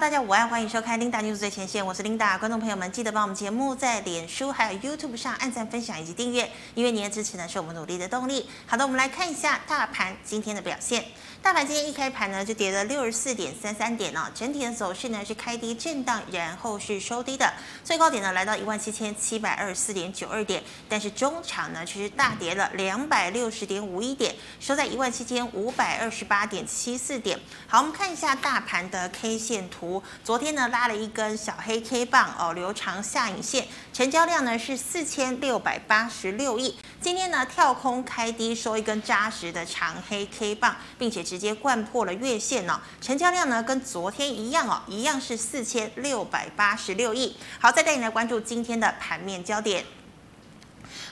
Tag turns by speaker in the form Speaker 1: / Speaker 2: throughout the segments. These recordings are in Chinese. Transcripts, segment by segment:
Speaker 1: 大家午安，欢迎收看《琳达 news 最前线》，我是琳达。观众朋友们，记得帮我们节目在脸书还有 YouTube 上按赞、分享以及订阅，因为您的支持呢是我们努力的动力。好的，我们来看一下大盘今天的表现。大盘今天一开盘呢就跌了六十四点三三点哦，整体的走势呢是开低震荡，然后是收低的，最高点呢来到一万七千七百二十四点九二点，但是中场呢却是大跌了两百六十点五一点，收在一万七千五百二十八点七四点。好，我们看一下大盘的 K 线图。昨天呢拉了一根小黑 K 棒哦，留长下影线，成交量呢是四千六百八十六亿。今天呢跳空开低收一根扎实的长黑 K 棒，并且直接灌破了月线哦，成交量呢跟昨天一样哦，一样是四千六百八十六亿。好，再带你来关注今天的盘面焦点。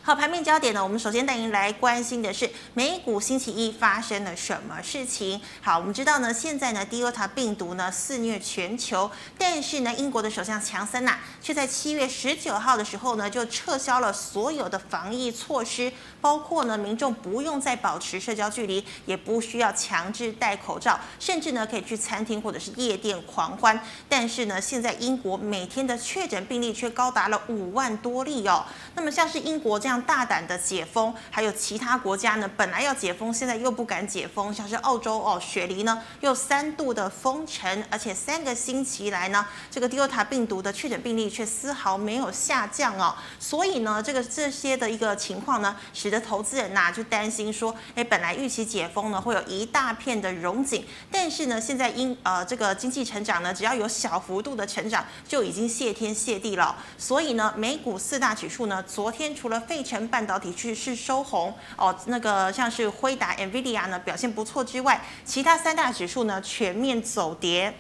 Speaker 1: 好，盘面焦点呢，我们首先带您来关心的是美股星期一发生了什么事情。好，我们知道呢，现在呢，Delta 病毒呢肆虐全球，但是呢，英国的首相强森呐、啊，却在七月十九号的时候呢，就撤销了所有的防疫措施，包括呢，民众不用再保持社交距离，也不需要强制戴口罩，甚至呢，可以去餐厅或者是夜店狂欢。但是呢，现在英国每天的确诊病例却高达了五万多例哦。那么像是英国这样。大胆的解封，还有其他国家呢，本来要解封，现在又不敢解封，像是澳洲哦，雪梨呢又三度的封城，而且三个星期来呢，这个 Delta 病毒的确诊病例却丝毫没有下降哦，所以呢，这个这些的一个情况呢，使得投资人呐、啊、就担心说，哎，本来预期解封呢会有一大片的融景，但是呢，现在因呃这个经济成长呢，只要有小幅度的成长，就已经谢天谢地了、哦，所以呢，美股四大指数呢，昨天除了费成半导体去是收红哦，那个像是辉达、NVIDIA 呢表现不错之外，其他三大指数呢全面走跌。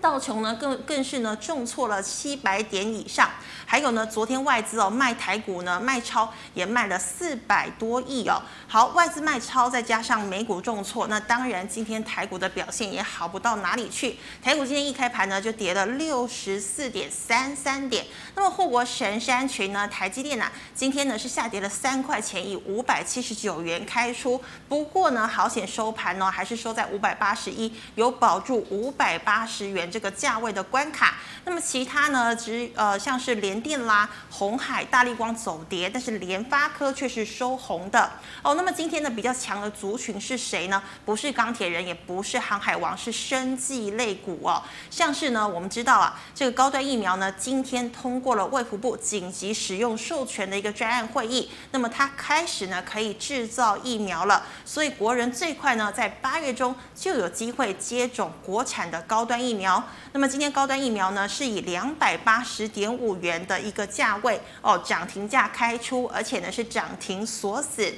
Speaker 1: 道琼呢更更是呢重挫了七百点以上，还有呢昨天外资哦卖台股呢卖超也卖了四百多亿哦。好，外资卖超再加上美股重挫，那当然今天台股的表现也好不到哪里去。台股今天一开盘呢就跌了六十四点三三点。那么护国神山群呢，台积电呐、啊，今天呢是下跌了三块钱，以五百七十九元开出。不过呢好险收盘哦呢还是收在五百八十一，有保住五百八十元。这个价位的关卡，那么其他呢，只呃像是联电啦、红海、大力光走跌，但是联发科却是收红的哦。那么今天呢，比较强的族群是谁呢？不是钢铁人，也不是航海王，是生技类股哦。像是呢，我们知道啊，这个高端疫苗呢，今天通过了卫福部紧急使用授权的一个专案会议，那么它开始呢可以制造疫苗了，所以国人最快呢在八月中就有机会接种国产的高端疫苗。那么今天高端疫苗呢，是以两百八十点五元的一个价位哦，涨停价开出，而且呢是涨停锁死。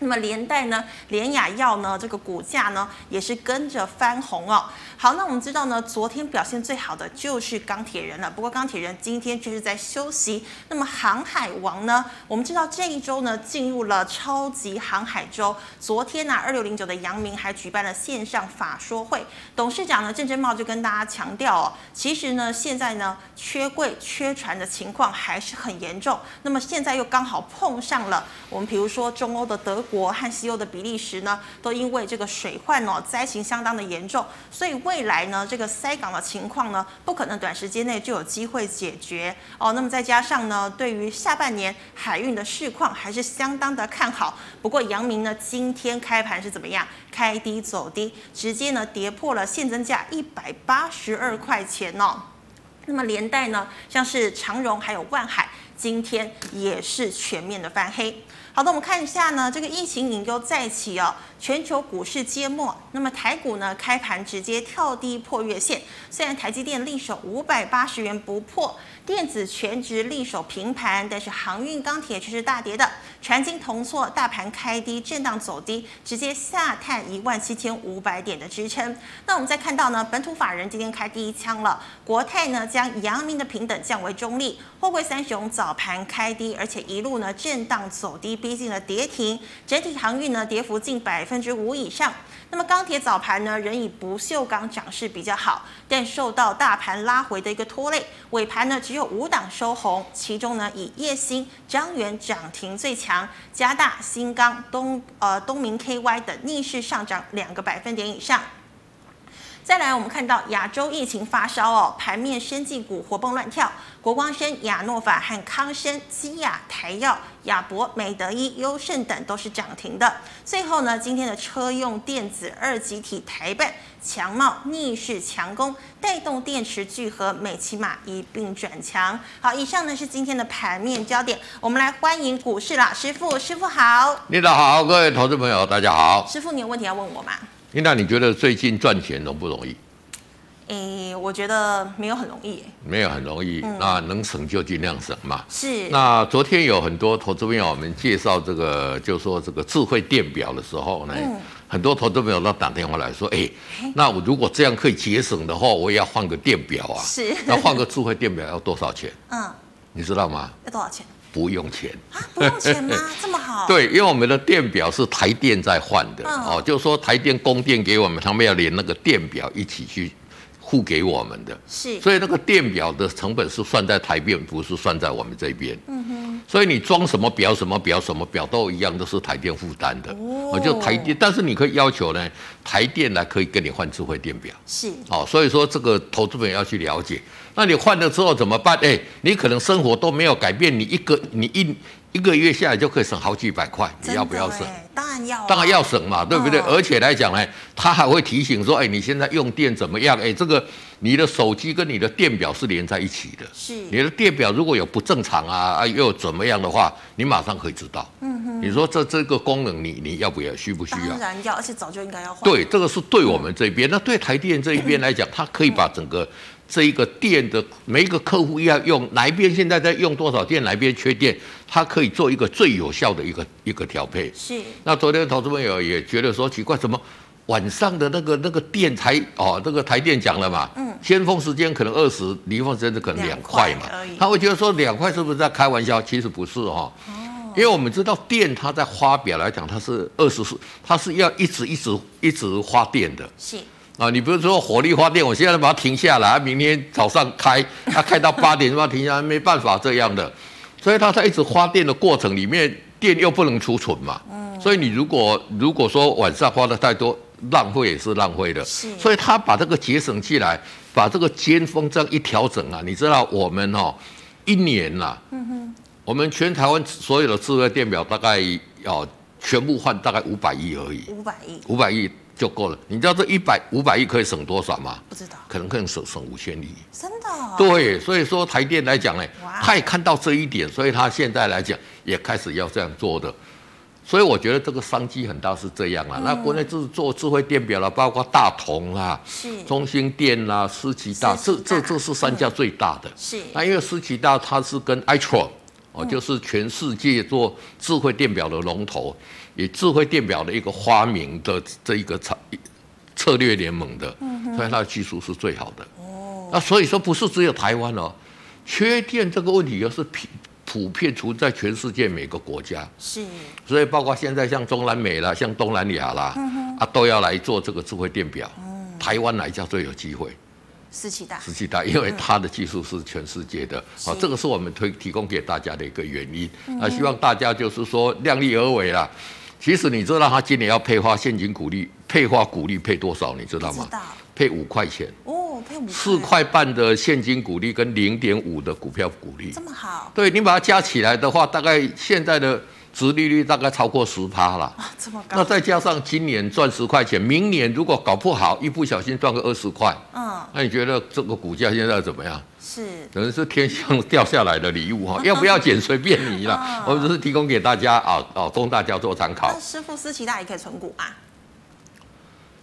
Speaker 1: 那么连带呢，联雅药呢，这个股价呢也是跟着翻红哦。好，那我们知道呢，昨天表现最好的就是钢铁人了。不过钢铁人今天就是在休息。那么航海王呢，我们知道这一周呢进入了超级航海周。昨天呢、啊，二六零九的杨明还举办了线上法说会，董事长呢郑振茂就跟大家强调哦，其实呢现在呢缺柜缺船的情况还是很严重。那么现在又刚好碰上了我们比如说中欧的德。国和西欧的比利时呢，都因为这个水患哦，灾情相当的严重，所以未来呢，这个塞港的情况呢，不可能短时间内就有机会解决哦。那么再加上呢，对于下半年海运的市况还是相当的看好。不过阳明呢，今天开盘是怎么样？开低走低，直接呢跌破了现增价一百八十二块钱哦。那么连带呢，像是长荣还有万海，今天也是全面的翻黑。好的，我们看一下呢，这个疫情隐忧再起哦，全球股市皆末。那么台股呢，开盘直接跳低破月线，虽然台积电力守五百八十元不破，电子全值力守平盘，但是航运、钢铁却是大跌的。船金同错，大盘开低震荡走低，直接下探一万七千五百点的支撑。那我们再看到呢，本土法人今天开第一枪了，国泰呢将阳明的平等降为中立，货柜三雄早盘开低，而且一路呢震荡走低。逼近了跌停，整体航运呢跌幅近百分之五以上。那么钢铁早盘呢仍以不锈钢涨势比较好，但受到大盘拉回的一个拖累，尾盘呢只有五档收红，其中呢以叶星、张元涨停最强，加大、新钢、东呃东明 KY 等逆势上涨两个百分点以上。再来，我们看到亚洲疫情发烧哦，盘面生技股活蹦乱跳，国光生、亚诺法和康生、基亚、台药、亚博、美德一、优胜等都是涨停的。最后呢，今天的车用电子二级体台办强茂逆势强攻，带动电池聚合美骑马一并转强。好，以上呢是今天的盘面焦点，我们来欢迎股市老师傅，师傅好。
Speaker 2: 领导好，各位投资朋友大家好。
Speaker 1: 师傅，你有问题要问我吗？
Speaker 2: 领导，你觉得最近赚钱容不容易？
Speaker 1: 诶，我觉得没有很容易耶。
Speaker 2: 没有很容易，
Speaker 1: 嗯
Speaker 2: 那能省就尽量省嘛。
Speaker 1: 是，
Speaker 2: 那昨天有很多投资朋友，我们介绍这个，就说这个智慧电表的时候呢，
Speaker 1: 嗯
Speaker 2: 很多投资朋友都打电话来说，哎、那我如果这样可以节省的话，我也要换个电表啊。
Speaker 1: 是
Speaker 2: 那换个智慧电表要多少钱？
Speaker 1: 嗯，
Speaker 2: 你知道吗？
Speaker 1: 要多少钱
Speaker 2: 不用钱。
Speaker 1: 啊？不用钱 吗？这么好？，
Speaker 2: 对，因为我们的电表是台电在换的、
Speaker 1: 嗯
Speaker 2: 哦，就是说台电供电给我们，他们要连那个电表一起去付给我们的，
Speaker 1: 是，
Speaker 2: 所以那个电表的成本是算在台电，不是算在我们这边。嗯哼，所以你装什么表、什么表、什么表都一样，都是台电负担的。
Speaker 1: 哦
Speaker 2: 就台电，但是你可以要求呢，台电来可以跟你换智慧电表。
Speaker 1: 是
Speaker 2: 哦，所以说这个投资朋友要去了解。那你换了之后怎么办？哎，你可能生活都没有改变，你一个你一一个月下来就可以省好几百块，你要不要省
Speaker 1: 真？的耶？当然要、啊，
Speaker 2: 当然要省嘛，对不对？
Speaker 1: 嗯
Speaker 2: 而且来讲呢，他还会提醒说，哎，你现在用电怎么样？哎，这个你的手机跟你的电表是连在一起的，
Speaker 1: 是，
Speaker 2: 你的电表如果有不正常啊，啊又怎么样的话，你马上可以知道。嗯哼，你说这这个功能你你要不要？需不需要
Speaker 1: 当？然要，而且早就应该要换。
Speaker 2: 对，，这个是对我们这边。那对台电这一边来讲，它可以把整个这一个电的每一个客户要用哪一边现在在用多少电，哪一边缺电，它可以做一个最有效的一个一个调配。
Speaker 1: 是
Speaker 2: 那昨天投资朋友也觉得说奇怪，怎么晚上的那个那个电才哦，那个台电讲了嘛，嗯，先锋时间可能二十，离峰时间可能两块嘛
Speaker 1: 两块而已，
Speaker 2: 他会觉得说两块是不是在开玩笑？其实不是哦。因为我们知道电，它在发表来讲，它是二十四，它是要一直一直一直发电的
Speaker 1: 是，
Speaker 2: 啊。你比如说火力发电，我现在把它停下来，啊明天早上开，它、开到八点就把它停下来，没办法这样的。所以它在一直发电的过程里面，电又不能储存嘛。所以你如果如果说晚上花的太多，浪费也是浪费的。
Speaker 1: 是
Speaker 2: 所以他把这个节省起来，把这个尖峰这样一调整啊，你知道我们哦，一年啦、我们全台湾所有的智慧电表大概哦，全部换大概五百亿而已，
Speaker 1: 五百亿，
Speaker 2: 五百亿就够了。你知道这一百五百亿可以省多少吗？
Speaker 1: 不知道，
Speaker 2: 可能可以省省五千亿。
Speaker 1: 真的、哦？，
Speaker 2: 对，所以说台电来讲呢
Speaker 1: 哇，
Speaker 2: 他也看到这一点，所以他现在来讲也开始要这样做的。所以我觉得这个商机很大是这样
Speaker 1: 嗯
Speaker 2: 啦。那国内就是做智慧电表了，包括大同啦、
Speaker 1: 是
Speaker 2: 中兴电啦、思琪大，
Speaker 1: 思
Speaker 2: 这
Speaker 1: 琪大
Speaker 2: 这这是三家最大的。
Speaker 1: 是
Speaker 2: 那因为思琪大它是跟 iTron 哦，就是全世界做智慧电表的龙头，以智慧电表的一个发明的这一个策策略联盟的，所以它的技术是最好的。哦，那所以说不是只有台湾哦，缺电这个问题又是普普遍存在全世界每个国家，
Speaker 1: 是
Speaker 2: 所以包括现在像中南美啦、像东南亚啦，啊都要来做这个智慧电表。台湾哪一家最有机会？
Speaker 1: 四期大，
Speaker 2: 十七大，因为它的技术是全世界的，
Speaker 1: 嗯
Speaker 2: 好、
Speaker 1: 是嗯
Speaker 2: 这个是我们推提供给大家的一个原因。那、希望大家就是说量力而为啦。其实你知道他今年要配发现金股利，配发股利配多少，你知道
Speaker 1: 不
Speaker 2: 吗
Speaker 1: 知？道
Speaker 2: 配五块钱，
Speaker 1: 哦，配五
Speaker 2: 四，块半的现金股利跟零点五的股票股利
Speaker 1: 这，么好
Speaker 2: 对你把它加起来的话，大概现在的殖利率大概超过十趴啦。
Speaker 1: 啊，这么
Speaker 2: 那
Speaker 1: 高，
Speaker 2: 再加上今年赚十块钱，明年如果搞不好，一不小心赚个二十块，
Speaker 1: 嗯，
Speaker 2: 那你觉得这个股价现在怎么样？
Speaker 1: 是
Speaker 2: 可能是天上掉下来的礼物哈， 要不要捡随便你啦。我只是提供给大家啊啊，供大家做参考
Speaker 1: 那。师傅四期大也可以存股啊，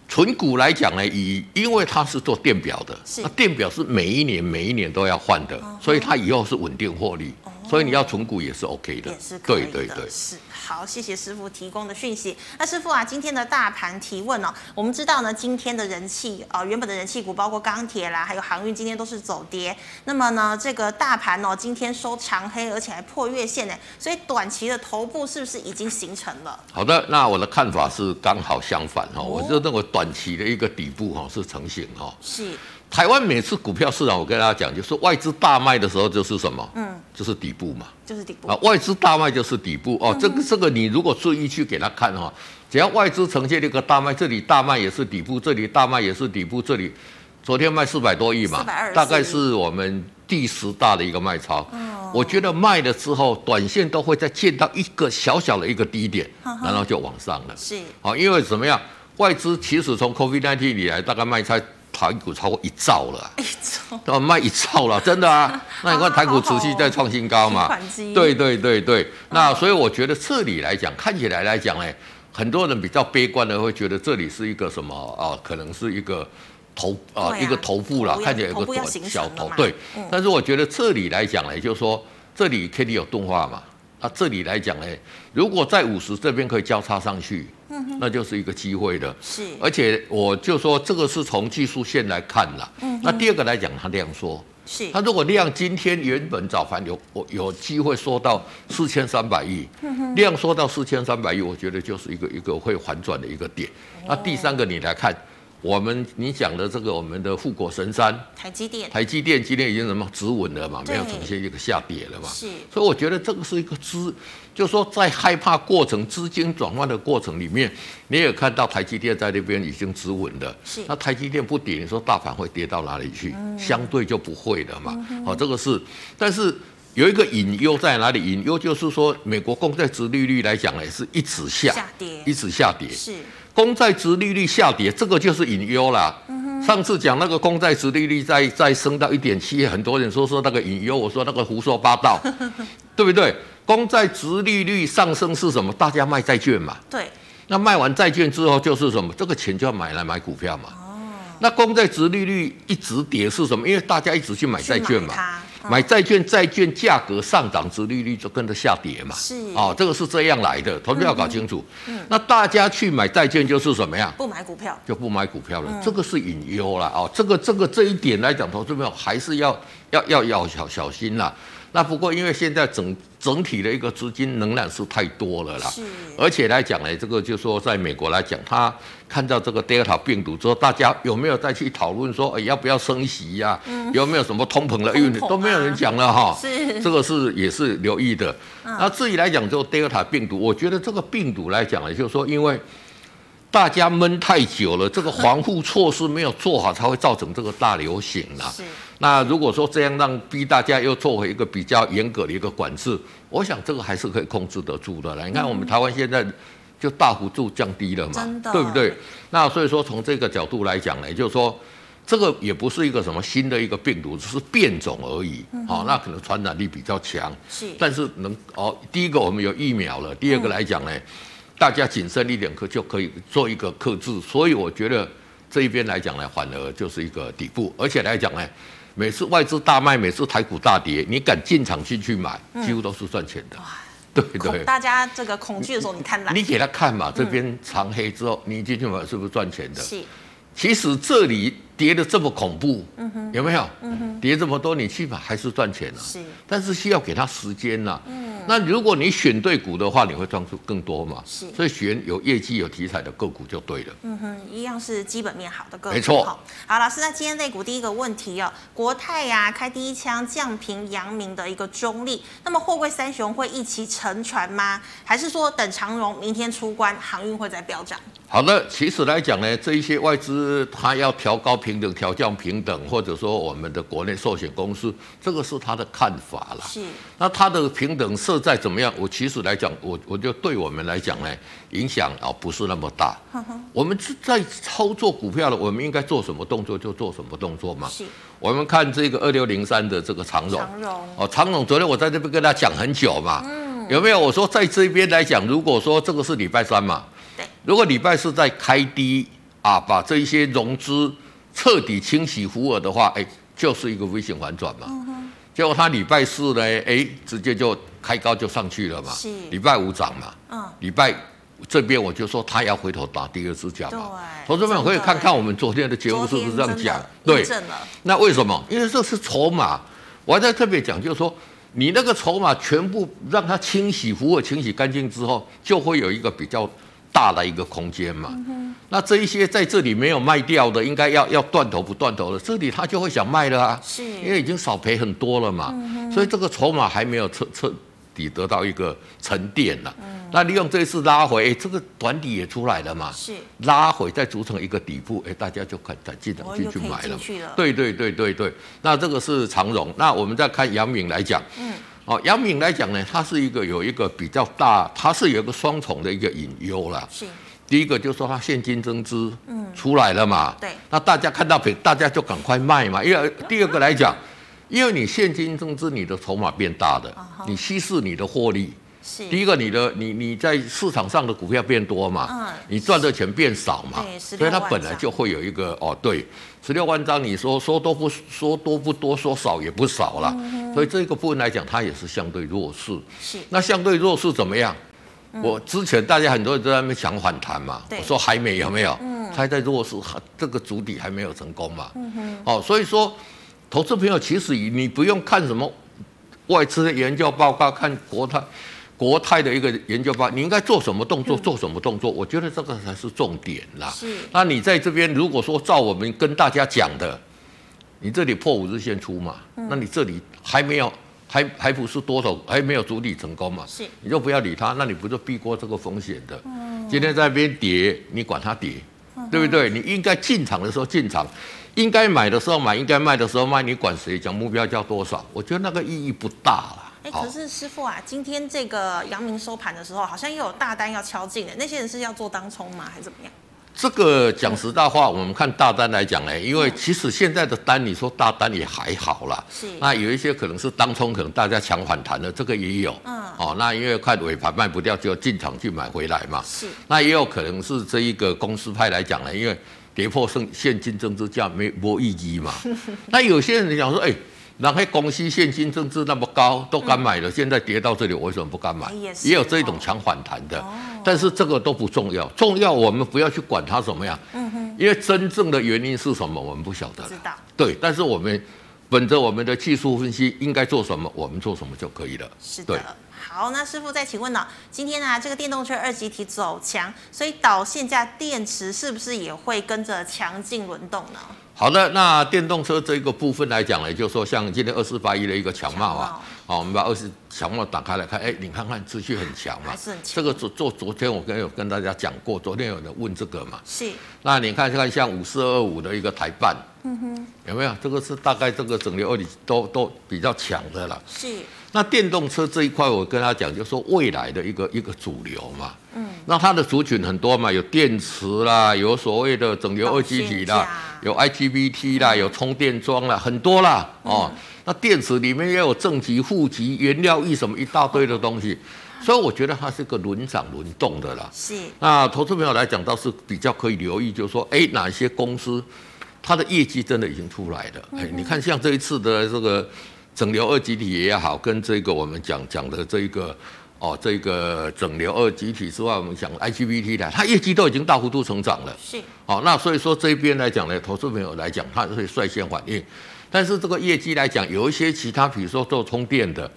Speaker 2: 纯股来讲呢，以因为它是做电表的
Speaker 1: 是，哦
Speaker 2: 那电表是每一年每一年都要换的，所以它以后是稳定获利，所以你要纯股也是 OK 的
Speaker 1: 也是。可以
Speaker 2: 对
Speaker 1: 的，
Speaker 2: 对对。
Speaker 1: 是好，谢谢师傅提供的讯息。那师傅啊，今天的大盘提问哦，我们知道呢，今天的人气呃，原本的人气股包括钢铁啦，还有航运，今天都是走跌。那么呢，这个大盘哦，今天收长黑，而且还破月线呢，所以短期的头部是不是已经形成了？
Speaker 2: 好的，那我的看法是刚好相反哈，
Speaker 1: 哦
Speaker 2: 我就认为短期的一个底部哈是成型哈。
Speaker 1: 是
Speaker 2: 台湾每次股票市场，我跟大家讲，就是外资大卖的时候就是什么？
Speaker 1: 嗯，
Speaker 2: 就是底部嘛。
Speaker 1: 就是底部
Speaker 2: 啊，外资大卖就是底部哦。这个这个你如果注意去给他看哈、只要外资呈现一个大卖，这里大卖也是底部，这里大卖也是底部，这里昨天卖四百多亿嘛
Speaker 1: 424，
Speaker 2: 大概是我们第十大的一个卖超。我觉得卖了之后，短线都会再见到一个小小的一个低点，然后就往上了。
Speaker 1: 是
Speaker 2: 好，因为怎么样，外资其实从 COVID-19 以来，大概卖差台股超过一兆了啊。
Speaker 1: 一种
Speaker 2: 哦，卖一兆了，真 的啊！那你看台股持续在创新高嘛
Speaker 1: 提款？机嗯
Speaker 2: 对对对对，那所以我觉得这里来讲，看起来来讲，哎，很多人比较悲观的会觉得这里是一个什么啊？可能是一个头啊，
Speaker 1: 对啊
Speaker 2: 一个头部啦
Speaker 1: 头，要
Speaker 2: 看起来有
Speaker 1: 头
Speaker 2: 个
Speaker 1: 部
Speaker 2: 短
Speaker 1: 要形成
Speaker 2: 小
Speaker 1: 了
Speaker 2: 头
Speaker 1: 嘛。
Speaker 2: 对
Speaker 1: 嗯，
Speaker 2: 但是我觉得这里来讲呢，也就是说这里 K D 有钝化嘛。啊，这里来讲呢，如果在五十这边可以交叉上去，
Speaker 1: 嗯
Speaker 2: 那就是一个机会的。
Speaker 1: 是
Speaker 2: 而且我就说这个是从技术线来看啦。那第二个来讲，它量缩，
Speaker 1: 是
Speaker 2: 它如果量今天原本早盘有我有机会缩到四千三百亿，量缩到四千三百亿，我觉得就是一个一个会反转的一个点。那第三个你来看，我们你讲的这个我们的富国神山，
Speaker 1: 台积电
Speaker 2: 台积电今天已经什么止稳了嘛，
Speaker 1: 对
Speaker 2: 没有呈现一个下跌了嘛。
Speaker 1: 是
Speaker 2: 所以我觉得这个是一个资，就是说在害怕过程、资金转换的过程里面，你也看到台积电在那边已经止稳了。
Speaker 1: 是嗯
Speaker 2: 那台积电不跌，你说大盘会跌到哪里去？相对就不会了嘛。好、这个是，但是。有一个隐忧在哪里？隐忧就是说，美国公债值利率来讲呢，是一直下，
Speaker 1: 下跌
Speaker 2: 一直下跌。
Speaker 1: 是
Speaker 2: 公债值利率下跌，这个就是隐忧啦。上次讲那个公债值利率再再升到一点七，很多人说说那个隐忧，我说那个胡说八道，对不对？公债值利率上升是什么？大家卖债券嘛，
Speaker 1: 对
Speaker 2: 那卖完债券之后就是什么？这个钱就要买来买股票嘛。那公债值利率一直跌是什么？因为大家一直去买债券嘛
Speaker 1: 去买它，嗯
Speaker 2: 买债券，债券价格上涨，值利率就跟着下跌嘛。
Speaker 1: 是嗯
Speaker 2: 哦，这个是这样来的，投资要搞清楚。那大家去买债券就是什么样？
Speaker 1: 不买股票
Speaker 2: 就不买股票了，
Speaker 1: 嗯
Speaker 2: 这个是隐忧啦。哦，这个这个这一点来讲，投资朋友还是要要要要小小心啦。那不过因为现在整整体的一个资金仍然是太多了啦
Speaker 1: 是，
Speaker 2: 而且来讲呢，这个就说在美国来讲，他看到这个 Delta 病毒之后，大家有没有再去讨论说，哎，要不要升息呀、有没有什么通膨
Speaker 1: 嗯通膨
Speaker 2: 的？
Speaker 1: 啊
Speaker 2: 因为都没有人讲了哈。
Speaker 1: 是嗯
Speaker 2: 这个是也是留意的。那至于来讲，就 Delta 病毒，我觉得这个病毒来讲呢，啊就是说因为。大家闷太久了，这个防护措施没有做好，才会造成这个大流行啊啦。
Speaker 1: 是
Speaker 2: 那如果说这样让逼大家又做回一个比较严格的一个管制，我想这个还是可以控制得住的啦。你看我们台湾现在就大幅度降低了嘛
Speaker 1: 真的，
Speaker 2: 对不对？那所以说从这个角度来讲呢，也就是说。这个也不是一个什么新的一个病毒，只是变种而已。好、那可能传染力比较强。
Speaker 1: 是
Speaker 2: 但是能哦，第一个我们有疫苗了，第二个来讲呢，大家谨慎一点可就可以做一个克制，所以我觉得这一边来讲呢，反而就是一个底部，而且来讲呢，每次外资大卖，每次台股大跌，你敢进场进去买，几乎都是赚钱的， 对
Speaker 1: 恐
Speaker 2: 对。
Speaker 1: 大家这个恐惧的时候你贪婪
Speaker 2: 你给他看嘛，这边长黑之后，你进去买是不是赚钱的？
Speaker 1: 是
Speaker 2: 其实这里跌的这么恐怖，有没有？跌这么多，你去买还是赚钱啊？
Speaker 1: 是
Speaker 2: 但是需要给他时间呐、
Speaker 1: 嗯
Speaker 2: 那如果你选对股的话，你会赚出更多嘛。
Speaker 1: 是
Speaker 2: 所以选有业绩、有题材的个股就对了。
Speaker 1: 嗯哼，一样是基本面好的个股。
Speaker 2: 没错
Speaker 1: 好，好，老师，那今天类股第一个问题哦，国泰呀、开第一枪降平阳明的一个中立，那么货柜三雄会一起沉船吗？还是说等长荣明天出关，航运会再飙涨？
Speaker 2: 好的，其实来讲呢，这一些外资它要调高平等、调降平等，或者说我们的国内寿险公司，这个是他的看法啦。
Speaker 1: 是
Speaker 2: 那它的平等设在怎么样？我其实来讲，我我就对我们来讲呢，影响啊、不是那么大。我们是在操作股票了，我们应该做什么动作就做什么动作嘛。
Speaker 1: 是，
Speaker 2: 我们看这个二六零三的这个长荣，
Speaker 1: 长荣嗯
Speaker 2: 哦，常总昨天我在这边跟他讲很久嘛，有没有？我说在这边来讲，如果说这个是礼拜三嘛，
Speaker 1: 对，
Speaker 2: 如果礼拜四在开低啊，把这一些融资彻底清洗胡尔的话，哎，就是一个微型反转嘛。
Speaker 1: 嗯
Speaker 2: 结果他礼拜四呢，哎，直接就开高就上去了嘛
Speaker 1: 是。
Speaker 2: 礼拜五涨嘛，
Speaker 1: 嗯，
Speaker 2: 礼拜这边我就说他要回头打第二只脚嘛。
Speaker 1: 对
Speaker 2: 投资朋友可以
Speaker 1: 真的
Speaker 2: 看看我们昨天的节
Speaker 1: 昨
Speaker 2: 目是
Speaker 1: 天
Speaker 2: 不是
Speaker 1: 真
Speaker 2: 这
Speaker 1: 的
Speaker 2: 样讲？
Speaker 1: 印
Speaker 2: 对，
Speaker 1: 证了，
Speaker 2: 那为什么？因为这是筹码，我还在特别讲，就是说你那个筹码全部让它清洗、服务清洗干净之后，就会有一个比较大的一个空间嘛。
Speaker 1: 嗯
Speaker 2: 那这一些在这里没有卖掉的，应该要要断头不断头的，这里他就会想卖了啊，
Speaker 1: 是嗯
Speaker 2: 因为已经少赔很多了嘛，所以这个筹码还没有彻彻底得到一个沉淀呐、
Speaker 1: 嗯
Speaker 2: 那利用这一次拉回，哎诶这个短底也出来了嘛，
Speaker 1: 是
Speaker 2: 拉回再组成一个底部，哎，大家就看再进
Speaker 1: 哦
Speaker 2: 场进去
Speaker 1: 又可以
Speaker 2: 买了
Speaker 1: 进去了
Speaker 2: 嘛。对对对对对，那这个是长荣。那我们再看杨敏来讲，嗯，哦，杨敏来讲呢，它是一个有一个比较大，它是有一个双重的一个隐忧啦。
Speaker 1: 是
Speaker 2: 第一个就是说它现金增资，嗯，出来了嘛，
Speaker 1: 对
Speaker 2: 那大家看到赔，大家就赶快卖嘛。因为第二个来讲，因为你现金增资，你的筹码变大了
Speaker 1: 啊哈
Speaker 2: 你稀释你的获利，
Speaker 1: 是，
Speaker 2: 第一个，你的你你在市场上的股票变多嘛，
Speaker 1: 嗯
Speaker 2: 你赚的钱变少嘛
Speaker 1: 对，16
Speaker 2: 所以它
Speaker 1: 万
Speaker 2: 本来
Speaker 1: 张
Speaker 2: 就会有一个哦，对，十六万张，你说说多不说多不多，说少也不少啦，
Speaker 1: 嗯
Speaker 2: 所以这个部分来讲，它也是相对弱势。
Speaker 1: 是嗯
Speaker 2: 那相对弱势怎么样？我之前大家很多人都在那边想反弹嘛，
Speaker 1: 对嗯
Speaker 2: 我说还没有没有，它在弱势，还这个主底还没有成功嘛。
Speaker 1: 嗯
Speaker 2: 哦，所以说，投资朋友其实你不用看什么外资的研究报告，看国泰国泰的一个研究报告，你应该做什么动作，做什么动作，我觉得这个才是重点啦。
Speaker 1: 嗯是
Speaker 2: 那你在这边如果说照我们跟大家讲的，你这里破五日线出嘛，
Speaker 1: 嗯
Speaker 2: 那你这里还没有。还还不是多头，还没有主理成功嘛？
Speaker 1: 是
Speaker 2: 你就不要理它，那你不就避过这个风险的？
Speaker 1: 嗯
Speaker 2: 今天在那边跌，你管它跌，对不对？你应该进场的时候进场，应该买的时候买，应该卖的时候卖，你管谁讲目标价多少？我觉得那个意义不大啦。
Speaker 1: 哎，可是师傅啊，今天这个阳明收盘的时候，好像又有大单要敲进的，那些人是要做当冲吗，还是怎么样？
Speaker 2: 这个讲实大话，我们看大单来讲呢，因为其实现在的单，你说大单也还好啦。
Speaker 1: 是
Speaker 2: 那有一些可能是当冲，可能大家抢反弹的，这个也有。
Speaker 1: 嗯
Speaker 2: 哦，那因为看尾盘卖不掉，就进场去买回来嘛。
Speaker 1: 是
Speaker 2: 那也有可能是这一个公司派来讲呢，因为跌破现现金增资价没没意义 嘛。那有些人讲说，哎、那些公司现金增资那么高，都敢买了，现在跌到这里，我为什么不敢买
Speaker 1: 哎嗯也？是哦
Speaker 2: 也有这种强反弹的， 但是这个都不重要，重要我们不要去管它怎么样，因为真正的原因是什么，我们不晓得
Speaker 1: 嗯不
Speaker 2: 了
Speaker 1: 知道。
Speaker 2: 对，但是我们本着我们的技术分析，应该做什么，我们做什么就可以了。
Speaker 1: 是
Speaker 2: 对
Speaker 1: 的。好，那师傅再请问呢、今天啊，这个电动车二级体走强，所以导线价电池是不是也会跟着强劲轮动呢？
Speaker 2: 好的，那电动车这个部分来讲呢，就是说像今天二四八一的一个强茂
Speaker 1: 强茂
Speaker 2: 啊，好、我们把二四强茂打开来看，哎，你看看持续很强嘛
Speaker 1: 还是很，强
Speaker 2: 这个昨昨昨天我跟有跟大家讲过，昨天有人问这个嘛，
Speaker 1: 是
Speaker 2: 那你看看像五四二五的一个台办，嗯哼，有没有？这个是大概这个整流二里都都比较强的了。
Speaker 1: 是
Speaker 2: 那电动车这一块，我跟他讲，就说未来的一个一个主流嘛。嗯，那它的族群很多嘛，有电池啦，有所谓的整流二极体
Speaker 1: 导线
Speaker 2: 啦
Speaker 1: 架，
Speaker 2: 有 IGBT 啦，有充电桩啦，很多啦。哦，那电池里面也有正极、负极、原料一什么一大堆的东西，所以我觉得它是个轮涨轮动的啦。
Speaker 1: 是
Speaker 2: 那投资朋友来讲，倒是比较可以留意，就是说，哎，哪一些公司它的业绩真的已经出来了？哎，你看像这一次的这个整流二极体也好，跟这个我们讲讲的这一个。哦，这个整流二极体之外，我们讲 IGBT 的，它业绩都已经大幅度成长了。
Speaker 1: 是
Speaker 2: 哦，那所以说这边来讲呢，投资朋友来讲，它会率先反应。但是这个业绩来讲，有一些其他，比如说做充电的，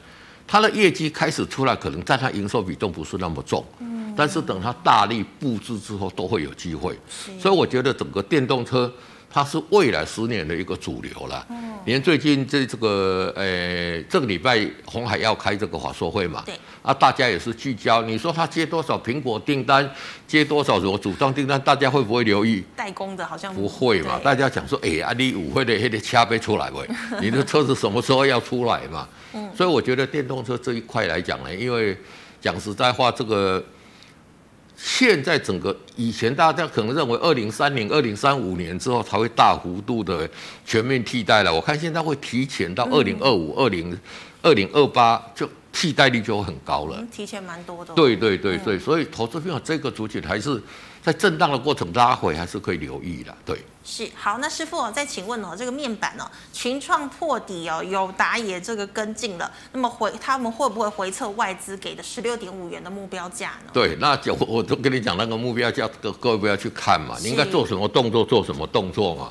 Speaker 2: 它的业绩开始出来，可能占它营收比重不是那么重。嗯。但是等它大力布置之后，都会有机会。所以我觉得整个电动车，它是未来十年的一个主流啦。连最近这这个呃，这个礼拜红海要开这个法说会嘛。
Speaker 1: 对。
Speaker 2: 啊，大家也是聚焦。你说他接多少苹果订单，接多少什么组装订单，大家会不会留意？
Speaker 1: 代工的，好像
Speaker 2: 不会嘛？
Speaker 1: 对
Speaker 2: 大家讲说，哎、啊，你五会的黑的车被出来 喂，你的车子什么时候要出来嘛？
Speaker 1: 嗯
Speaker 2: 所以我觉得电动车这一块来讲呢，因为讲实在话，这个现在整个以前大家可能认为二零三零、二零三五年之后才会大幅度的全面替代了，我看现在会提前到
Speaker 1: 嗯
Speaker 2: 二零二五、二零二零二八，就替代率就会很高了。
Speaker 1: 嗯提前蛮多的。，
Speaker 2: 对对对对，所以投资票这个族群还是在震荡的过程拉回，还是可以留意的。对。
Speaker 1: 是好，那师傅、哦、再请问哦，这个面板哦，群创破底哦，友达也这个跟进了，那么回他们会不会回测外资给的十六点五元的目标价呢？
Speaker 2: 对，那就我我都跟你讲那个目标价，各各位不要去看嘛，
Speaker 1: 是
Speaker 2: 你应该做什么动作，做什么动作嘛。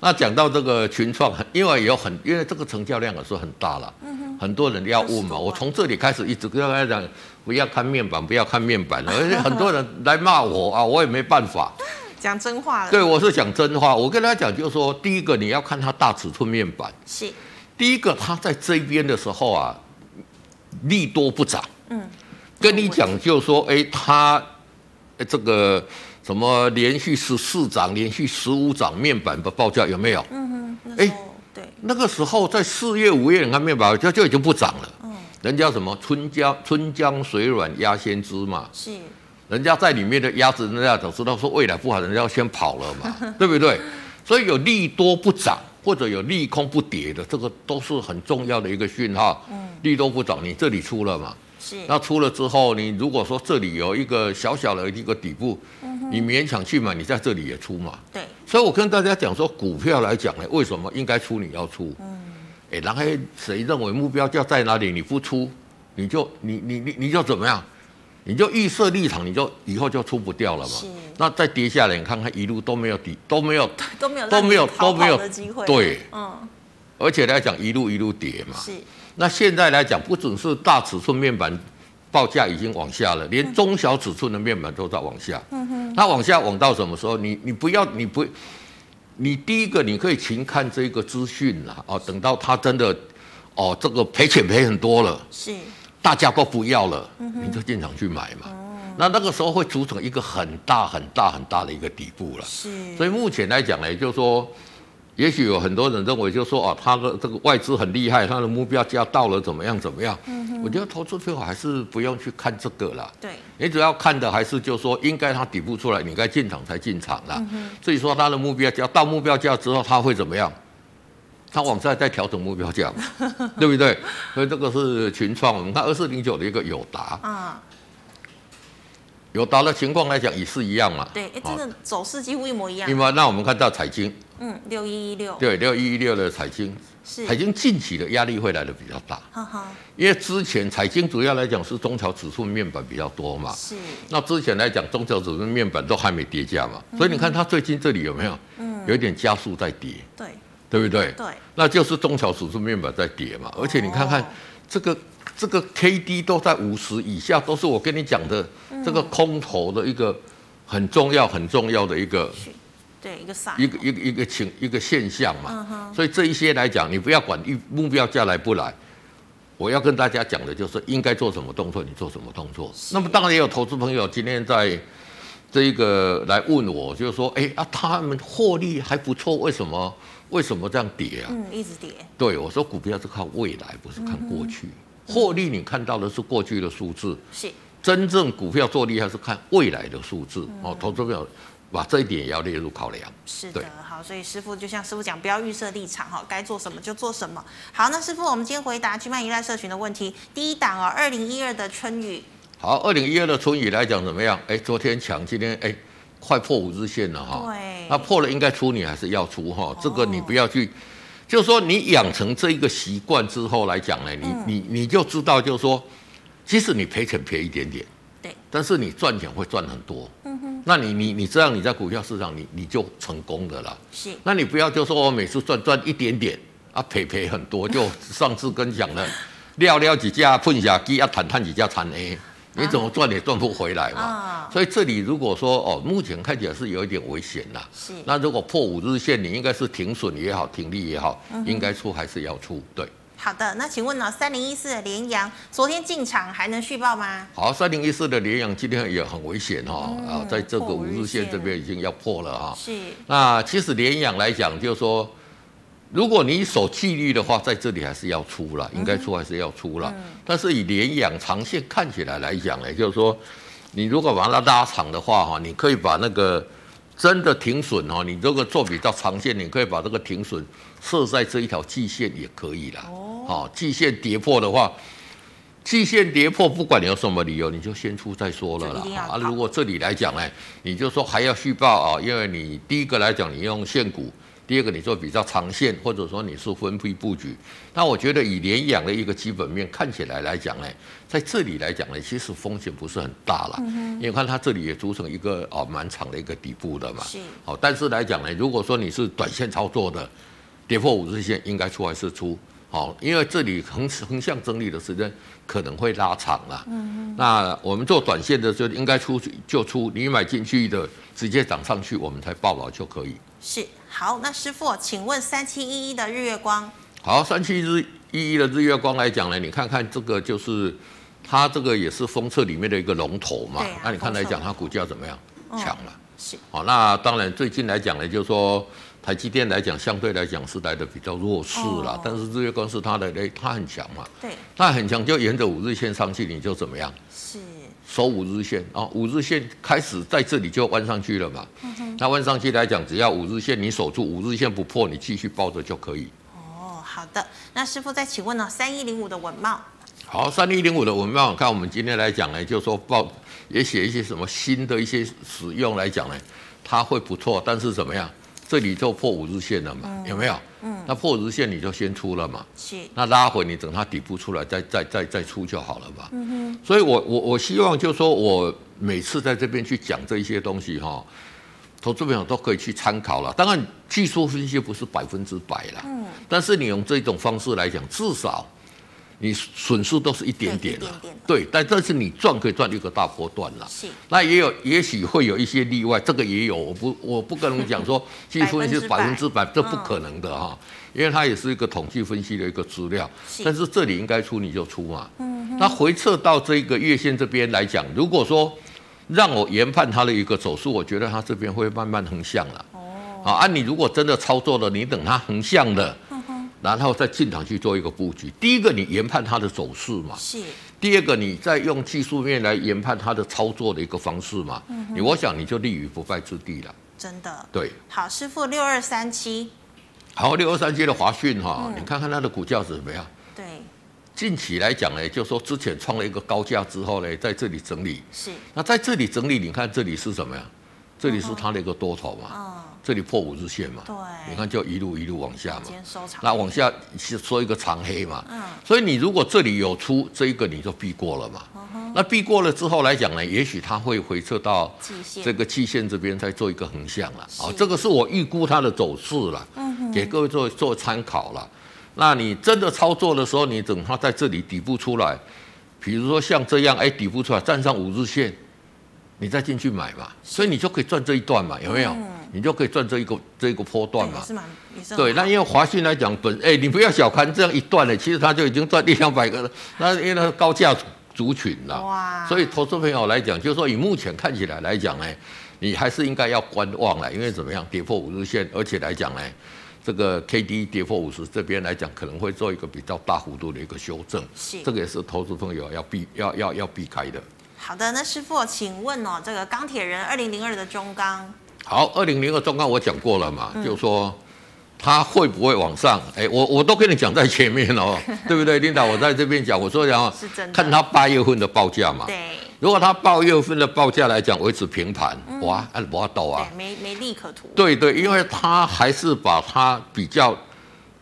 Speaker 2: 那讲到这个群创，因为有很因为这个成交量也是很大了，很多人要问嘛。
Speaker 1: 20万
Speaker 2: 我从这里开始一直跟大家讲，不要看面板，不要看面板，而且很多人来骂我啊，我也没办法。
Speaker 1: 讲真话了，
Speaker 2: 对，我是讲真话，我跟他讲就是说，第一个你要看它大尺寸面板，
Speaker 1: 是
Speaker 2: 第一个它在这边的时候啊，利多不涨。
Speaker 1: 嗯，
Speaker 2: 跟你讲就是说，哎，它呃这个什么连续十四涨、连续十五涨面板的报价有没有？
Speaker 1: 嗯哼，那时候对，
Speaker 2: 那个时候在四月、五月，你看面板就就已经不涨了。
Speaker 1: 嗯
Speaker 2: 人家什么春江春江水暖鸭先知嘛，
Speaker 1: 是
Speaker 2: 人家在里面的鸭子，人家早知道说未来不好，人家要先跑了嘛，对不对？所以有利多不涨或者有利空不跌的，这个都是很重要的一个讯号。利多不涨，你这里出了嘛？
Speaker 1: 是
Speaker 2: 那出了之后，你如果说这里有一个小小的一个底部，你勉强去买，你在这里也出嘛。
Speaker 1: 对，
Speaker 2: 所以我跟大家讲说，股票来讲呢，为什么应该出你要出？嗯，哎，然后谁认为目标价在哪里，你不出，你就你你你你就怎么样？你就预设立场，你就以后就出不掉了嘛
Speaker 1: 是。
Speaker 2: 那再跌下来，你看看一路都没有底，都 没有，
Speaker 1: 都没有
Speaker 2: 都没有
Speaker 1: 让你逃
Speaker 2: 都没有
Speaker 1: 跑的机会，
Speaker 2: 对，
Speaker 1: 嗯，
Speaker 2: 而且来讲一路一路跌嘛。
Speaker 1: 是
Speaker 2: 那现在来讲，不只是大尺寸面板报价已经往下了，连中小尺寸的面板都在往下。嗯哼，它往下往到什么时候？你你不要你不，你第一个你可以勤看这个资讯啦，哦，等到它真的哦这个赔钱赔很多了，
Speaker 1: 是
Speaker 2: 大家都不要了，你就进场去买嘛。那那个时候会组成一个很大很大很大的一个底部了。
Speaker 1: 是，
Speaker 2: 所以目前来讲呢，也就是说，也许有很多人认为，就是说啊，他的这个外资很厉害，他的目标价到了怎么样怎么样。
Speaker 1: 嗯
Speaker 2: 我觉得投资票还是不用去看这个啦。
Speaker 1: 对
Speaker 2: 你主要看的还是就是说，应该它底部出来，你该进场才进场
Speaker 1: 嗯
Speaker 2: 啦。至于说它的目标价到目标价之后，它会怎么样？它往下再调整目标价嘛， 对不对？所以这个是群创，我们看二四零九的一个友达，
Speaker 1: 啊，
Speaker 2: 友达的情况来讲也是一样嘛。
Speaker 1: 对，哎，
Speaker 2: 好
Speaker 1: 真的走势几乎一模一样
Speaker 2: 另，外，那我们看到彩金，
Speaker 1: 嗯，六一一六
Speaker 2: 对六一一六的彩金，
Speaker 1: 是
Speaker 2: 彩，金近期的压力会来的比较大，
Speaker 1: 哈哈，
Speaker 2: 因为之前彩金主要来讲是中小指数面板比较多嘛，
Speaker 1: 是
Speaker 2: 那之前来讲中小指数面板都还没跌价嘛，
Speaker 1: 嗯
Speaker 2: 所以你看它最近这里有没有，有一点加速在跌，
Speaker 1: 对
Speaker 2: 对不对？
Speaker 1: 对，
Speaker 2: 那就是中小指数面板在跌嘛，而且你看看
Speaker 1: 哦
Speaker 2: 这个。这个 K D 都在五十以下，都是我跟你讲的
Speaker 1: 嗯
Speaker 2: 这个空头的一个很重要、很重要的一个
Speaker 1: 是，对一个 sign，
Speaker 2: 一个一个一个情一个现象嘛。
Speaker 1: 嗯哼
Speaker 2: 所以这一些来讲，你不要管预目标价来不来。我要跟大家讲的就是应该做什么动作，你做什么动作。那么当然也有投资朋友今天在这一个来问我，就是说，哎啊，他们获利还不错，为什么为什么这样跌啊？
Speaker 1: 嗯，一直跌，
Speaker 2: 对我说，股票是看未来，不是看过去。
Speaker 1: 嗯
Speaker 2: 获利你看到的是过去的数字，
Speaker 1: 是
Speaker 2: 真正股票做厉害是看未来的数字。
Speaker 1: 嗯
Speaker 2: 哦，投资朋友把这一点也要列入考量。
Speaker 1: 是
Speaker 2: 对
Speaker 1: 的，好，所以师傅就像师傅讲，不要预设立场哈，该做什么就做什么。好，那师傅，我们今天回答居曼依赖社群的问题，第一档哦，二零一二的春雨，
Speaker 2: 好，二零一二的春雨来讲怎么样？哎，昨天强，今天哎，快破五日线了哈。
Speaker 1: 对
Speaker 2: 那破了应该出，你还是要出哈。这个你不要去，就是说你养成这一个习惯之后来讲呢，你、你你就知道，就是说，即使你赔钱赔一点点，
Speaker 1: 对，
Speaker 2: 但是你赚钱会赚很多。嗯哼。那你你你这样你在股票市场你你就成功的了。
Speaker 1: 是
Speaker 2: 那你不要就说我每次赚赚一点点啊，赔赔很多。就上次跟讲了，撩撩几架碰下鸡啊，探探几架产 A，你怎么赚也赚不回来嘛。
Speaker 1: 啊
Speaker 2: 所以这里如果说哦，目前看起来是有一点危险啦。
Speaker 1: 是
Speaker 2: 那如果破五日线，你应该是停损也好，停利也好，应该出还是要出。对，
Speaker 1: 好的。那请问呢、哦，三零一四的联阳昨天进场还能续报吗？
Speaker 2: 好，三零一四的联阳今天也很危险哈、哦啊，在这个
Speaker 1: 破五
Speaker 2: 五
Speaker 1: 日
Speaker 2: 日线这
Speaker 1: 线
Speaker 2: 边已经要破了哈、
Speaker 1: 是
Speaker 2: 那其实联阳来讲，就是说，如果你守纪律的话，在这里还是要出
Speaker 1: 嗯
Speaker 2: 了，应该出还是要出了。但是以联阳长线看起来来讲，呢，就是说，你如果把它拉长的话，哈，你可以把那个真的停损哈，你如果做比较长线，你可以把这个停损设在这一条季线也可以啦。
Speaker 1: 哦
Speaker 2: 哦，季线跌破的话。季线跌破，不管你有什么理由，你就先出再说了
Speaker 1: 就
Speaker 2: 啦
Speaker 1: 一定。要
Speaker 2: 啊，
Speaker 1: 跑
Speaker 2: 如果这里来讲呢，你就说还要续报啊，因为你第一个来讲，你用现股第二个你做比较长线，或者说你是分批布局。那我觉得以联阳的一个基本面看起来来讲呢，在这里来讲呢，其实风险不是很大了，因为看它这里也组成一个啊蛮长的一个底部的嘛。
Speaker 1: 是
Speaker 2: 好，但是来讲呢，如果说你是短线操作的，跌破五日线应该出还是出？好，因为这里横横向整理的时间可能会拉长了。嗯，那我们做短线的就应该出去就出，你买进去的直接涨上去，我们才报牢就可以。
Speaker 1: 是好，那师傅，请问三七一一的日月光
Speaker 2: 好，三七日一一的日月光来讲呢，你看看这个就是它这个也是封测里面的一个龙头嘛。
Speaker 1: 对啊
Speaker 2: 那你看来
Speaker 1: 封
Speaker 2: 讲，
Speaker 1: 测
Speaker 2: 它股价怎么样？
Speaker 1: 嗯
Speaker 2: 强了。
Speaker 1: 是
Speaker 2: 好，那当然最近来讲呢，就是说台积电来讲，相对来讲是来的比较弱势啦。
Speaker 1: 哦
Speaker 2: 但是日月光是它的，哎，它很强嘛，
Speaker 1: 对，
Speaker 2: 它很强就沿着五日线上去，你就怎么样？
Speaker 1: 是
Speaker 2: 守五日线啊，五日线开始在这里就弯上去了嘛。那弯上去来讲，只要五日线你守住，五日线不破，你继续抱着就可以。
Speaker 1: 哦，好的。那师傅再请问呢、三一零五的文茂
Speaker 2: 好，三一零五的，我们看，看我们今天来讲呢，就说报也写一些什么新的一些使用来讲呢，它会不错，但是怎么样？这里就破五日线了嘛，有没有？嗯，那破五日线你就先出了嘛，
Speaker 1: 是
Speaker 2: 那拉回你等它底部出来再再再再出就好了嘛。嗯哼，所以我我我希望就说我每次在这边去讲这一些东西哈、投资朋友都可以去参考了。当然，技术分析不是百分之百啦，嗯，但是你用这种方式来讲，至少你损失都是一点点
Speaker 1: 对一
Speaker 2: 啦
Speaker 1: 点点，
Speaker 2: 对，但但是你赚可以赚一个大波段啦。
Speaker 1: 是
Speaker 2: 那也有，也许会有一些例外，这个也有，我不我不跟你讲 说技术分析是百分之百，嗯这不可能的哈、因为它也是一个统计分析的一个资料
Speaker 1: 是。
Speaker 2: 但是嗯这里应该出你就出嘛，那回撤到这个月线这边来讲，如果说让我研判它的一个走势，我觉得它这边会慢慢横向了。
Speaker 1: 哦，
Speaker 2: 好，啊，你如果真的操作了，你等它横向的，然后再进场去做一个布局。第一个，你研判它的走势嘛。
Speaker 1: 是
Speaker 2: 第二个，你再用技术面来研判它的操作的一个方式嘛，
Speaker 1: 嗯
Speaker 2: 你我想你就立于不败之地了。
Speaker 1: 真的。
Speaker 2: 对，
Speaker 1: 好，师傅六二三七，
Speaker 2: 好，六二三七的华讯哈，
Speaker 1: 嗯
Speaker 2: 你看看它的股价怎么样？
Speaker 1: 对，
Speaker 2: 近期来讲呢，就说之前创了一个高价之后呢，在这里整理，
Speaker 1: 是
Speaker 2: 那在这里整理，你看这里是什么呀？这里是它的一个多头嘛，
Speaker 1: 嗯，
Speaker 2: 这里破五日线嘛，
Speaker 1: 对
Speaker 2: 你看就一路一路往下嘛
Speaker 1: 今，天收场。
Speaker 2: 那往下是说一个长黑嘛，
Speaker 1: 嗯
Speaker 2: 所以你如果这里有出这一个，你就避过了嘛。
Speaker 1: 嗯
Speaker 2: 那避过了之后来讲呢，也许它会回撤到
Speaker 1: 季线
Speaker 2: 这个季线这边再做一个横向了。
Speaker 1: 是嗯
Speaker 2: 啊，这个是我预估它的走势了，给各位做做参考了。那你真的操作的时候，你等它在这里底部出来，比如说像这样，哎，底部出来站上五日线，你再进去买嘛，所以你就可以赚这一段嘛，有没有？
Speaker 1: 嗯
Speaker 2: 你就可以赚这一个这一个波段
Speaker 1: 对
Speaker 2: 嘛
Speaker 1: 也。是蛮也是很
Speaker 2: 对，
Speaker 1: 好
Speaker 2: 那因为华讯来讲本，哎、你不要小看这样一段呢，其实它就已经赚一两百个了。 那因为它是高价族群啦，
Speaker 1: 哇，
Speaker 2: 所以投资朋友来讲，就是说以目前看起来来讲呢，哎你还是应该要观望了，因为怎么样跌破五日线，而且来讲呢，哎这个 K D 跌破五十这边来讲，可能会做一个比较大幅度的一个修正，
Speaker 1: 是
Speaker 2: 这个也是投资朋友要避要要要避开的。
Speaker 1: 好的。那师傅，请问哦，这个钢铁人二零零二的中钢
Speaker 2: 好，二零零二中钢我讲过了嘛，
Speaker 1: 嗯
Speaker 2: 就说它会不会往上？哎、我我都跟你讲在前面 哦，对不对，琳达？我在这边讲，我说然后
Speaker 1: 是真的
Speaker 2: 看它八月份的报价嘛。
Speaker 1: 对
Speaker 2: 如果它八月份的报价来讲维持平盘，
Speaker 1: 嗯
Speaker 2: 哇，按不抖啊
Speaker 1: 对，。没没利可图。
Speaker 2: 对对，因为它还是把它比较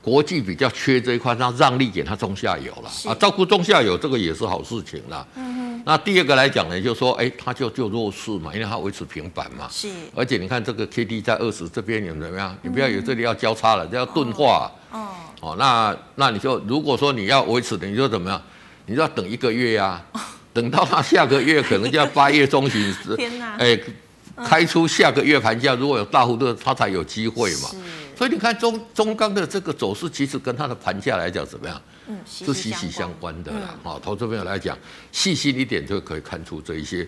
Speaker 2: 国际比较缺这一块，它让利给它中下游
Speaker 1: 是
Speaker 2: 了啊，照顾中下游这个也是好事情啦。嗯那第二个来讲呢，就说哎，它就就弱势嘛，因为它维持平板嘛。
Speaker 1: 是
Speaker 2: 而且你看这个 K D 在二十这边你们怎么样？你不要以为这里要交叉了，这要钝化
Speaker 1: 嗯哦，
Speaker 2: 哦。那那你就如果说你要维持的，你就怎么样？你就要等一个月呀、
Speaker 1: 哦
Speaker 2: 等到它下个月可能就要八月中旬，
Speaker 1: 天哪嗯
Speaker 2: 哎，开出下个月盘价，如果有大幅度的，它才有机会嘛。
Speaker 1: 是
Speaker 2: 所以你看中中钢的这个走势，其实跟它的盘价来讲怎么样？
Speaker 1: 嗯，息
Speaker 2: 是
Speaker 1: 息
Speaker 2: 息息相
Speaker 1: 关。嗯
Speaker 2: 关的啦。哈、投资朋友来讲，细心一点就可以看出这一些。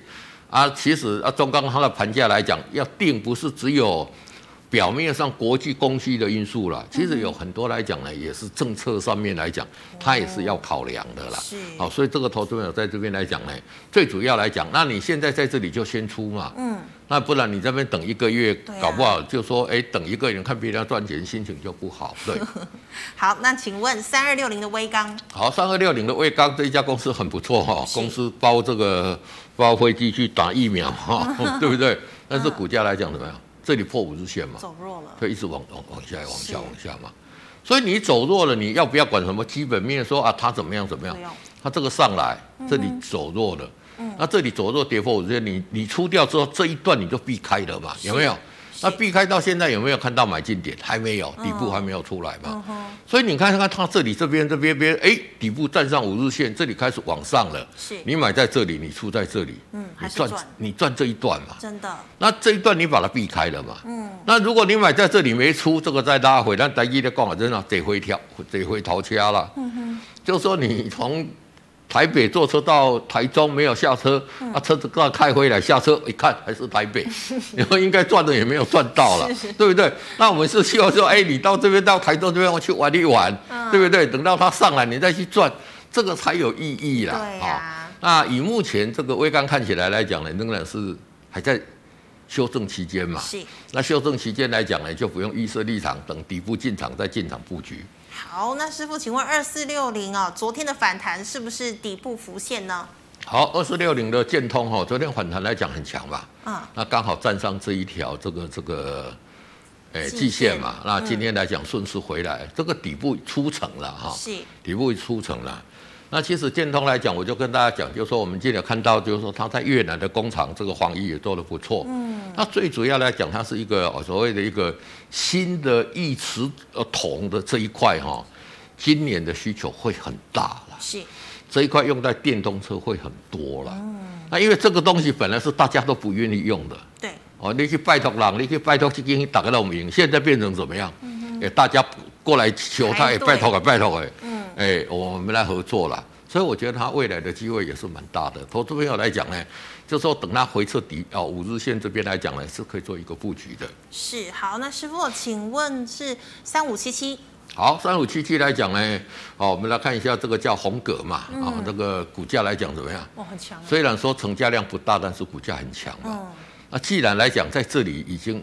Speaker 2: 啊，其实啊，中钢它的盘价来讲，要定不是只有表面上国际供需的因素
Speaker 1: 嗯
Speaker 2: 啦，其实有很多来讲呢，也是政策上面来讲，它也是要考量的啦。
Speaker 1: 嗯是
Speaker 2: 好、所以这个投资朋友在这边来讲呢，最主要来讲，那你现在在这里就先出嘛，
Speaker 1: 嗯，
Speaker 2: 那不然你这边等一个月，
Speaker 1: 对啊
Speaker 2: 搞不好就说，哎，等一个月看别人赚钱，心情就不好， 对。
Speaker 1: 好，那请问三二六零的微钢
Speaker 2: 好，三二六零的卫刚这一家公司很不错哈、
Speaker 1: 是
Speaker 2: 公司哦包这个包飞机去打疫苗哈、对不对？但是股价来讲怎么样？这里破五日线嘛，
Speaker 1: 走弱了，
Speaker 2: 就一直往往往下往
Speaker 1: 是
Speaker 2: 下往下嘛。所以你走弱了，你要不要管什么基本面？说啊，它怎么样怎么样
Speaker 1: 不用？
Speaker 2: 它这个上来，这
Speaker 1: 嗯
Speaker 2: 里走弱了，那这里走弱跌破五日线，你你出掉之后，这一段你就避开了嘛，有没有？那避开到现在有没有看到买进点？还没有，
Speaker 1: 嗯
Speaker 2: 底部还没有出来嘛。所以你看看它这里这边这边边，哎，底部站上五日线，这里开始往上了。
Speaker 1: 是
Speaker 2: 你买在这里，你出在这里，
Speaker 1: 嗯还
Speaker 2: 你
Speaker 1: 是
Speaker 2: 赚啊
Speaker 1: 赚
Speaker 2: 你赚这一段嘛。
Speaker 1: 真的
Speaker 2: 那这一段你把它避开了嘛？嗯。那如果你买在这里没出，这个再拉回，那单一的杠杆真的得回调，得回逃掐了。嗯哼。就说你从台北坐车到台中没有下车，啊，车子刚开回来下车一看还是台 北，然后应该赚的也没有赚到了，对不对？那我们是希望说，哎，你到这边到台中这边去玩一玩，对不对？等到它上来你再去赚，这个才有意义啦。
Speaker 1: 对呀
Speaker 2: 哦那以目前这个微刚看起来来讲呢，仍然是还在修正期间嘛。
Speaker 1: 是
Speaker 2: 那修正期间来讲呢，就不用预设立场，等底部进场再进场布局。
Speaker 1: 好。那师傅，请问二四六零哦，昨天的反弹是不是底部浮现呢？
Speaker 2: 好，二四六零的建通哈、哦，昨天反弹来讲很强嘛，
Speaker 1: 啊，
Speaker 2: 那刚好站上这一条这个这个，诶、
Speaker 1: 季
Speaker 2: 季线嗯嘛
Speaker 1: 线。
Speaker 2: 那今天来讲顺势回来，这个底部出城了哈、
Speaker 1: 是
Speaker 2: 底部出城了。那其实建通来讲，我就跟大家讲，就是说我们今天看到，就是说他在越南的工厂这个防疫也做得不错。嗯，那最主要来讲，它是一个哦所谓的一个新的异磁呃铜的这一块哈、今年的需求会很大啦。
Speaker 1: 是，
Speaker 2: 这一块用在电动车会很多啦。那因为这个东西本来是大家都不愿意用的，
Speaker 1: 对，
Speaker 2: 哦，你去拜托人，你去拜托去给你打开到名，现在变成怎么样？哎、大家过来求
Speaker 1: 嗯
Speaker 2: 他，
Speaker 1: 排
Speaker 2: 哎，
Speaker 1: 队
Speaker 2: 拜托啊，拜托哎，嗯，哎，我们来合作啦。所以我觉得他未来的机会也是蛮大的。投资朋友来讲呢，就说等他回撤底哦五日线这边来讲呢，是可以做一个布局的。
Speaker 1: 是好。那师傅，请问是三五七七
Speaker 2: 好，三五七七来讲呢，哦，我们来看一下这个叫红葛嘛，啊、
Speaker 1: 嗯
Speaker 2: 哦，这个股价来讲怎么样？
Speaker 1: 哇，很强啊，
Speaker 2: 虽然说成交量不大，但是股价很强嘛。
Speaker 1: 嗯，
Speaker 2: 那既然来讲在这里已经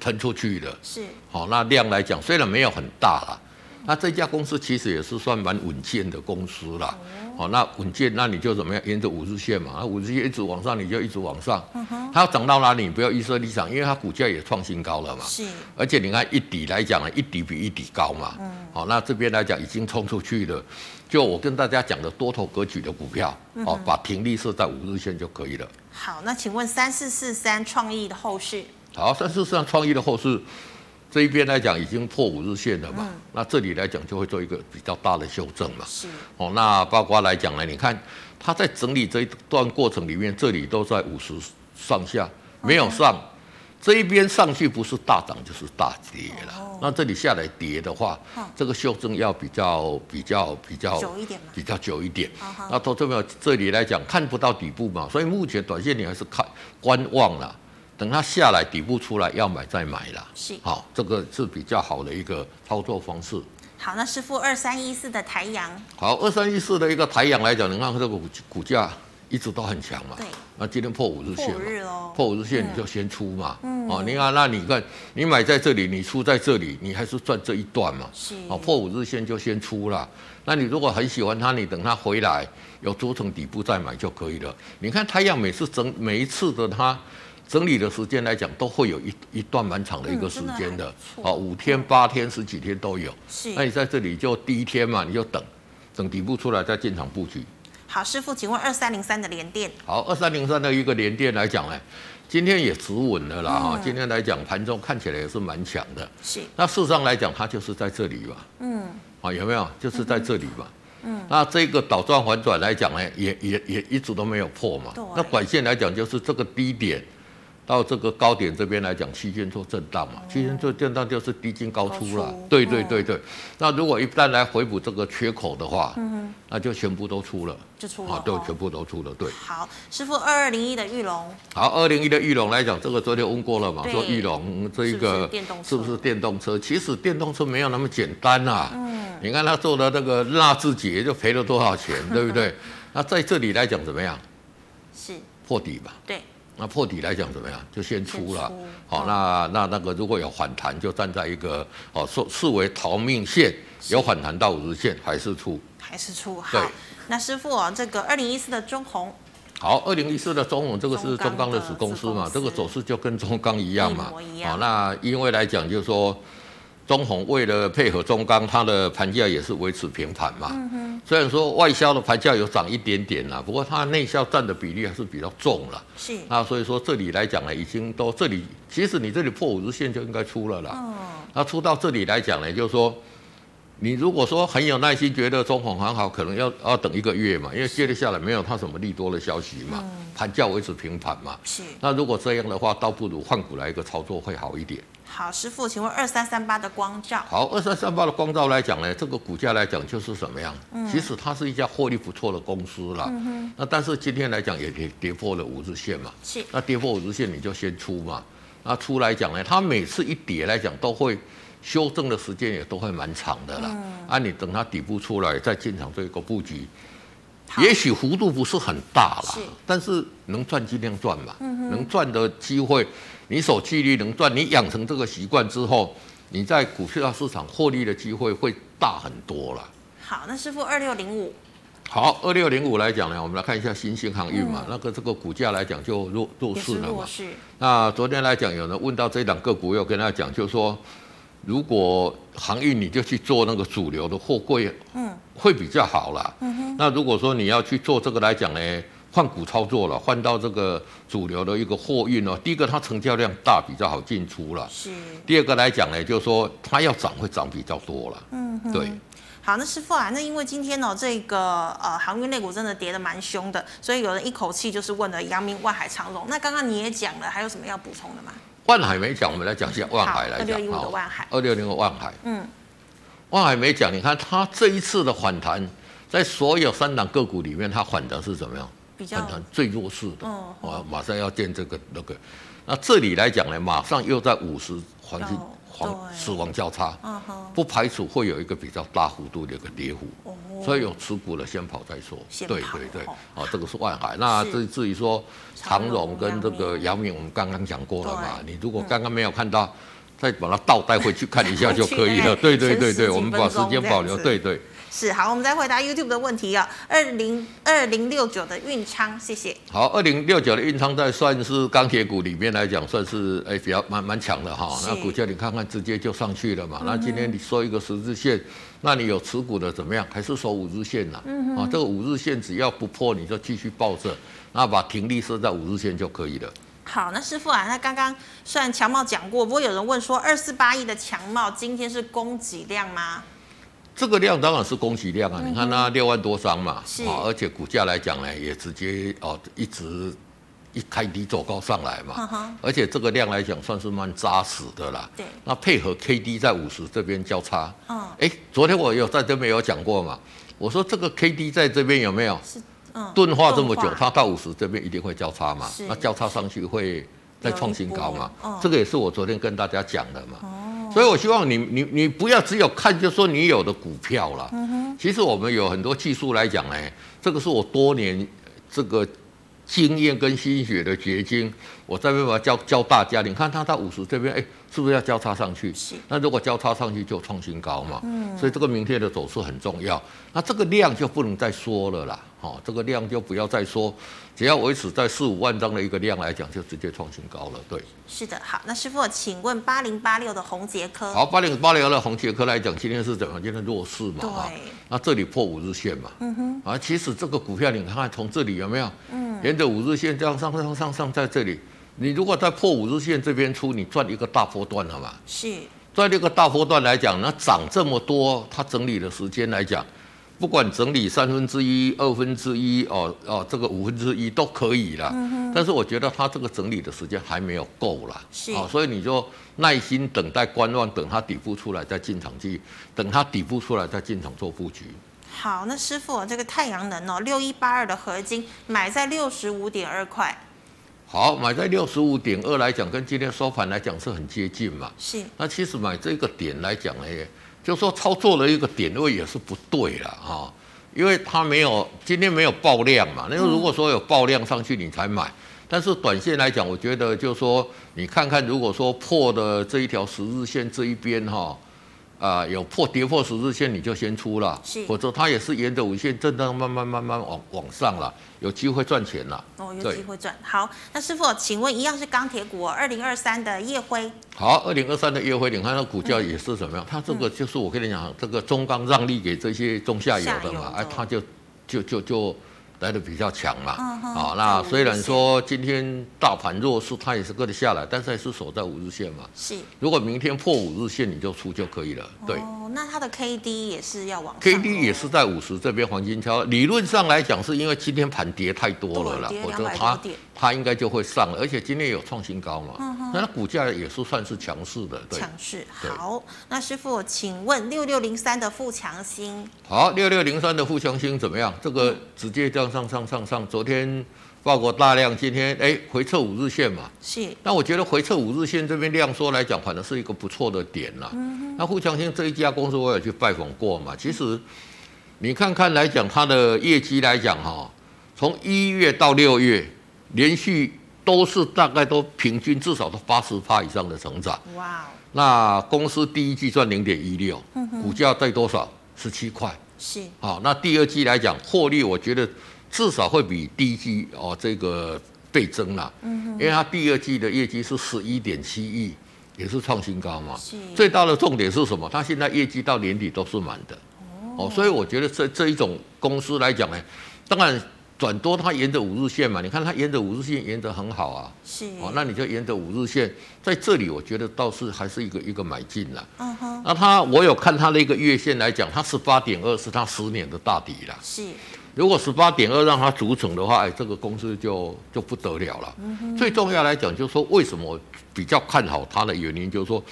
Speaker 2: 喷出去了，
Speaker 1: 是
Speaker 2: 好、那量来讲虽然没有很大啦，那这家公司其实也是算蛮稳健的公司啦。好、那稳健，那你就怎么样？沿着五日线嘛，那五日线一直往上，你就一直往上。它要涨到哪里，你不要预设立场，因为它股价也创新高了嘛。
Speaker 1: 是
Speaker 2: 而且你看一底来讲呢，一底比一底高嘛。好、那这边来讲已经冲出去了。就我跟大家讲的多头格局的股票，哦，把停利设在五日线就可以了。
Speaker 1: 好。那请问三四四三创意的后市
Speaker 2: 好，但是上创意的后市这一边来讲已经破五日线了嘛，那这里来讲就会做一个比较大的修正嘛。
Speaker 1: 是
Speaker 2: 哦，那包括来讲呢，你看它在整理这一段过程里面，这里都在五十上下，没
Speaker 1: 哦
Speaker 2: 有上。这一边上去不是大涨就是大跌了，
Speaker 1: 哦
Speaker 2: 那这里下来跌的话，这个修正要比较比较比较
Speaker 1: 久一点嘛
Speaker 2: 比较久一点
Speaker 1: 啊哈。
Speaker 2: 那投资朋友这里来讲看不到底部嘛，所以目前短线你还是看观望啦，等它下来底部出来要买再买啦。
Speaker 1: 是
Speaker 2: 好，这个是比较好的一个操作方式。
Speaker 1: 好。那师傅二三一四的台阳
Speaker 2: 好，二三一四的一个台阳来讲，你看这个股股价一直都很强嘛。
Speaker 1: 对。
Speaker 2: 那今天破五日线
Speaker 1: 破
Speaker 2: 嘛，
Speaker 1: 日喽，
Speaker 2: 破五日线你就先出嘛。嗯。哦，你看，那你看，你买在这里，你出在这里，你还是赚这一段嘛。
Speaker 1: 是
Speaker 2: 哦，破五日线就先出啦。那你如果很喜欢它，你等它回来有组成底部再买就可以了。你看太阳每次整每一次的它整理的时间来讲，都会有一一段蛮长的一个
Speaker 1: 嗯
Speaker 2: 时
Speaker 1: 真的
Speaker 2: 间
Speaker 1: 还
Speaker 2: 的
Speaker 1: 不，错
Speaker 2: 哦，五天、八天、十几天都有。
Speaker 1: 是
Speaker 2: 那你在这里就第一天嘛，你就等，等底部出来再进场布局。
Speaker 1: 好，师傅，请问二三零三的联电
Speaker 2: 好，二三零三的一个连电来讲呢，今天也止稳了啦哈、今天来讲，盘中看起来也是蛮强的。
Speaker 1: 是
Speaker 2: 那事实上来讲，它就是在这里吧。嗯。啊，有没有？就是在这里吧。嗯。那这个倒转反转来讲呢，也也也一直都没有破嘛
Speaker 1: 对。
Speaker 2: 那短线来讲，就是这个低点。到这个高点这边来讲，区间做震荡嘛，区间做震荡就是低进高出
Speaker 1: 哦高
Speaker 2: 了
Speaker 1: 出，嗯
Speaker 2: 对对对对。那如果一旦来回补这个缺口的话，那就全部都出了，
Speaker 1: 就出了
Speaker 2: 啊，对
Speaker 1: 哦，
Speaker 2: 全部都出了，对。
Speaker 1: 好，师傅二二零一的玉龙
Speaker 2: 好，二零一的玉龙来讲，这个昨天问过了嘛，
Speaker 1: 对
Speaker 2: 说玉龙这一
Speaker 1: 是不
Speaker 2: 个
Speaker 1: 是电动车
Speaker 2: 是不是电动车？其实电动车没有那么简单呐、嗯，你看他做的那个纳智捷就赔了多 少钱，对不对？那在这里来讲怎么样？
Speaker 1: 是
Speaker 2: 破底吧。
Speaker 1: 对，
Speaker 2: 那破底来讲怎么样？就先出
Speaker 1: 先
Speaker 2: 了
Speaker 1: 出。嗯
Speaker 2: 好、那那那个如果有反弹，就站在一个哦，视视为逃命线，有反弹到五日线还是出。
Speaker 1: 还是出
Speaker 2: 对
Speaker 1: 好。那师傅哦，这个二零一四的中红
Speaker 2: 好，二零一四的中红这个是中
Speaker 1: 中钢
Speaker 2: 钢
Speaker 1: 的
Speaker 2: 的子公司嘛，
Speaker 1: 子公司
Speaker 2: 这个走势就跟中钢一样嘛
Speaker 1: 一模一。样
Speaker 2: 好，那因为来讲就是说，中红为了配合中钢，它的盘价也是维持平盘嘛。
Speaker 1: 嗯
Speaker 2: 虽然说外销的盘价有涨一点点啦，不过它内销占的比例还是比较重了。
Speaker 1: 是，
Speaker 2: 那所以说这里来讲呢，已经都这里，其实你这里破五日线就应该出了啦。
Speaker 1: 嗯，
Speaker 2: 那出到这里来讲呢，就是说，你如果说很有耐心，觉得中红很好，可能要要等一个月嘛，因为接着下来没有它什么利多的消息嘛，盘价维持平盘嘛。
Speaker 1: 是。
Speaker 2: 那如果这样的话，倒不如换股来一个操作会好一点。
Speaker 1: 好，师傅，请问二三三八的光照
Speaker 2: 好，二三三八的光照来讲呢，这个股价来讲就是什么样？其实它是一家获利不错的公司啦。那但是今天来讲也跌跌破了五日线嘛。
Speaker 1: 是
Speaker 2: 那跌破五日线你就先出嘛。那出来讲呢，它每次一跌来讲都会修正的时间也都会蛮长的啦。
Speaker 1: 嗯
Speaker 2: 啊，你等它底部出来再进场做一个布局，
Speaker 1: 好
Speaker 2: 也许幅度不是很大啦
Speaker 1: 是，嗯
Speaker 2: 但是能赚尽量赚嘛，能赚的机会，你守纪律能赚，你养成这个习惯之后，你在股票市场获利的机会会大很多啦。
Speaker 1: 好，那师傅二六零五
Speaker 2: 好，二六零五来讲呢，我们来看一下新兴航运嘛，那个这个股价来讲就弱弱
Speaker 1: 嗯也
Speaker 2: 势
Speaker 1: 是
Speaker 2: 了嘛
Speaker 1: 弱。势，
Speaker 2: 那昨天来讲，有人问到这档个股，又跟他讲，就是说，如果航运你就去做那个主流的货柜，
Speaker 1: 嗯，
Speaker 2: 会比较好啦。那如果说你要去做这个来讲呢，换股操作了，换到这个主流的一个货运哦。第一个，它成交量大，比较好进出了；
Speaker 1: 是。
Speaker 2: 第二个来讲呢，就是说它要涨会涨比较多了。嗯，对。
Speaker 1: 好，那师傅啊，那因为今天呢、这个呃航运类股真的跌得蛮凶的，所以有人一口气就是问了阳明、万海、长荣。那刚刚你也讲了，还有什么要补充的吗？
Speaker 2: 万海没讲，我们来讲一下万海来讲
Speaker 1: 2615的万海
Speaker 2: 二六零五万海，
Speaker 1: 嗯，
Speaker 2: 万海没讲。你看它这一次的反弹，在所有三档个股里面，它反弹是怎么样？
Speaker 1: 比较
Speaker 2: 反弹最弱势的，
Speaker 1: 嗯
Speaker 2: 啊，马上要见这个那个，那这里来讲呢，马上又在五十黄金
Speaker 1: 哦
Speaker 2: 黄
Speaker 1: 对
Speaker 2: 死亡交叉，
Speaker 1: 嗯哼，
Speaker 2: 不排除会有一个比较大幅度的一个跌幅，
Speaker 1: 哦，
Speaker 2: 所以有持股的先跑再说。
Speaker 1: 先跑
Speaker 2: 对对对，
Speaker 1: 哦
Speaker 2: 啊，这个是万海。那
Speaker 1: 是
Speaker 2: 至至于说
Speaker 1: 长
Speaker 2: 长
Speaker 1: 荣
Speaker 2: 荣跟这个
Speaker 1: 阳
Speaker 2: 阳明，我们刚刚讲过了嘛。
Speaker 1: 对嗯
Speaker 2: 你如果刚刚没有看到，再把它倒带回去看一下就可以
Speaker 1: 去大概
Speaker 2: 了。对对
Speaker 1: 前
Speaker 2: 对
Speaker 1: 十几
Speaker 2: 对，我们把时间保留。
Speaker 1: 分钟这样
Speaker 2: 对对，
Speaker 1: 是好，我们再回答 YouTube 的问题啊、二零二零六九的运昌，谢谢。
Speaker 2: 好，二零六九的运昌在算是钢铁股里面来讲，算是哎比较蛮蛮强的哈。
Speaker 1: 是
Speaker 2: 那股价你看看直接就上去了嘛。那今天你收一个十日线，那你有持股的怎么样？还是收五日线呐、啊？这个五日线只要不破，你就继续抱着，那把停利设在五日线就可以了。
Speaker 1: 好，那师傅啊，那刚刚虽然强茂讲过，不过有人问说，二四八亿的强茂今天是供给量吗？
Speaker 2: 这个量当然是供给量啊，你看它六万多张嘛，
Speaker 1: 嗯是
Speaker 2: 啊而且股价来讲呢，也直接哦一直一开低走高上来嘛，
Speaker 1: 哈哈，
Speaker 2: 而且这个量来讲算是蛮扎实的啦。
Speaker 1: 嗯对，
Speaker 2: 那配合 K D 在五十这边交叉，
Speaker 1: 嗯，
Speaker 2: 哎，昨天我有在这边有讲过嘛，我说这个 K D 在这边有没有
Speaker 1: 是，嗯，
Speaker 2: 钝化这么久
Speaker 1: 钝，化
Speaker 2: 它到五十这边一定会交叉嘛
Speaker 1: 是，
Speaker 2: 那交叉上去会再创新高嘛
Speaker 1: 有一波哦，哦
Speaker 2: 这个也是我昨天跟大家讲的嘛。所以我希望你你你不要只有看就说你有的股票啦。
Speaker 1: 嗯
Speaker 2: 其实我们有很多技术来讲呢，这个是我多年呃这个经验跟心血的结晶。我在边把它教教大家，你看它到五十这边，哎，是不是要交叉上去
Speaker 1: 是？
Speaker 2: 那如果交叉上去就创新高嘛。所以这个明天的走势很重要。那这个量就不能再说了啦，哦，这个量就不要再说，只要维持在四五万张的一个量来讲，就直接创新高了。对。
Speaker 1: 是的，好，那师傅，请问八零八六的红杰科，
Speaker 2: 好，八零八零二的红杰科来讲，今天是怎么样？今天弱势嘛，
Speaker 1: 对
Speaker 2: 哈。那这里破五日线嘛，嗯哼。啊，其实这个股票你看看从这里有没有？嗯。沿着五日线这样上上上上，在这里，你如果在破五日线这边出，你赚一个大波段了嘛。
Speaker 1: 是
Speaker 2: 在这个大波段来讲，那涨这么多，它整理的时间来讲，不管整理三分之一、二分之一，哦哦，这个五分之一都可以啦。但是我觉得它这个整理的时间还没有够啦，
Speaker 1: 是
Speaker 2: 哦，所以你就耐心等待观望，等它底部出来再进场去，等它底部出来再进场做布局。
Speaker 1: 好，那师傅，这个太阳能哦，六一八二的合金买在六十五点二块，
Speaker 2: 好，买在六十五点二来讲，跟今天收盘来讲是很接近嘛。
Speaker 1: 是
Speaker 2: 那其实买这个点来讲呢，就说操作的一个点位也是不对了哈、因为它没有今天没有爆量嘛。那个如果说有爆量上去你才买，但是短线来讲，我觉得就说你看看，如果说破的这一条十日线这一边哈、啊、有破跌破十日线你就先出了
Speaker 1: 是，
Speaker 2: 否则它也是沿着五线震荡慢慢慢慢往往上了，有机会赚钱了。
Speaker 1: 哦，有
Speaker 2: 对
Speaker 1: 机会赚。好，那师傅，请问一样是钢铁股、哦，二零二三的夜辉，
Speaker 2: 好，二零二三的月辉，你看它股价也是怎么样？它这个就是我跟你讲，这个中钢让利给这些中下游的嘛，
Speaker 1: 下游的
Speaker 2: 哎，它就就就就来的比较强嘛。
Speaker 1: 嗯哼在
Speaker 2: 好，那
Speaker 1: 五日
Speaker 2: 虽然说今天大盘弱势，它也是跟得下来，但是还是守在五日线嘛。
Speaker 1: 是
Speaker 2: 如果明天破五日线，你就出就可以了。对。
Speaker 1: 哦，那它的 K D 也是要往上
Speaker 2: ，K
Speaker 1: 哦
Speaker 2: D 也是在五十这边黄金交，理论上来讲，是因为今天盘跌太多了啦
Speaker 1: 对跌，
Speaker 2: 否则
Speaker 1: 200
Speaker 2: 它
Speaker 1: 多点
Speaker 2: 它应该就会上了，而且今天有创新高嘛，那它股价也是算是强势的，对。
Speaker 1: 强势。
Speaker 2: 对
Speaker 1: 好，那师傅，请问六六零三的富强新
Speaker 2: 好，六六零三的富强星怎么样？这个直接这样上上上上，昨天报过大量，今天哎回撤五日线嘛。
Speaker 1: 是
Speaker 2: 那我觉得回撤五日线这边量缩来讲，反而是一个不错的点啦。那富强星这一家公司我也去拜访过嘛，其实你看看来讲，它的业绩来讲哈、从一月到六月连续都是大概都平均至少都八十趴以上的成长。
Speaker 1: 哇哦，
Speaker 2: 那公司第一季赚零点一六，股价在多少？十七块。
Speaker 1: 是
Speaker 2: 好，那第二季来讲，获利我觉得至少会比第一季哦这个倍增啦。嗯因为它第二季的业绩是十一点七亿，也是创新高嘛。
Speaker 1: 是
Speaker 2: 最大的重点是什么？它现在业绩到年底都是满的。哦，所以我觉得这这一种公司来讲呢，当然转多它沿着五日线嘛，你看它沿着五日线沿着很好啊。
Speaker 1: 是
Speaker 2: 哦，那你就沿着五日线，在这里我觉得倒是还是一个一个买进啦。
Speaker 1: 嗯哼
Speaker 2: 那它我有看它那个月线来讲，它十八点二是它十年的大底啦。
Speaker 1: 是
Speaker 2: 如果十八点二让它组成的话，哎，这个公司就就不得了了。最重要来讲，就是说为什么我比较看好它的原因，就是说，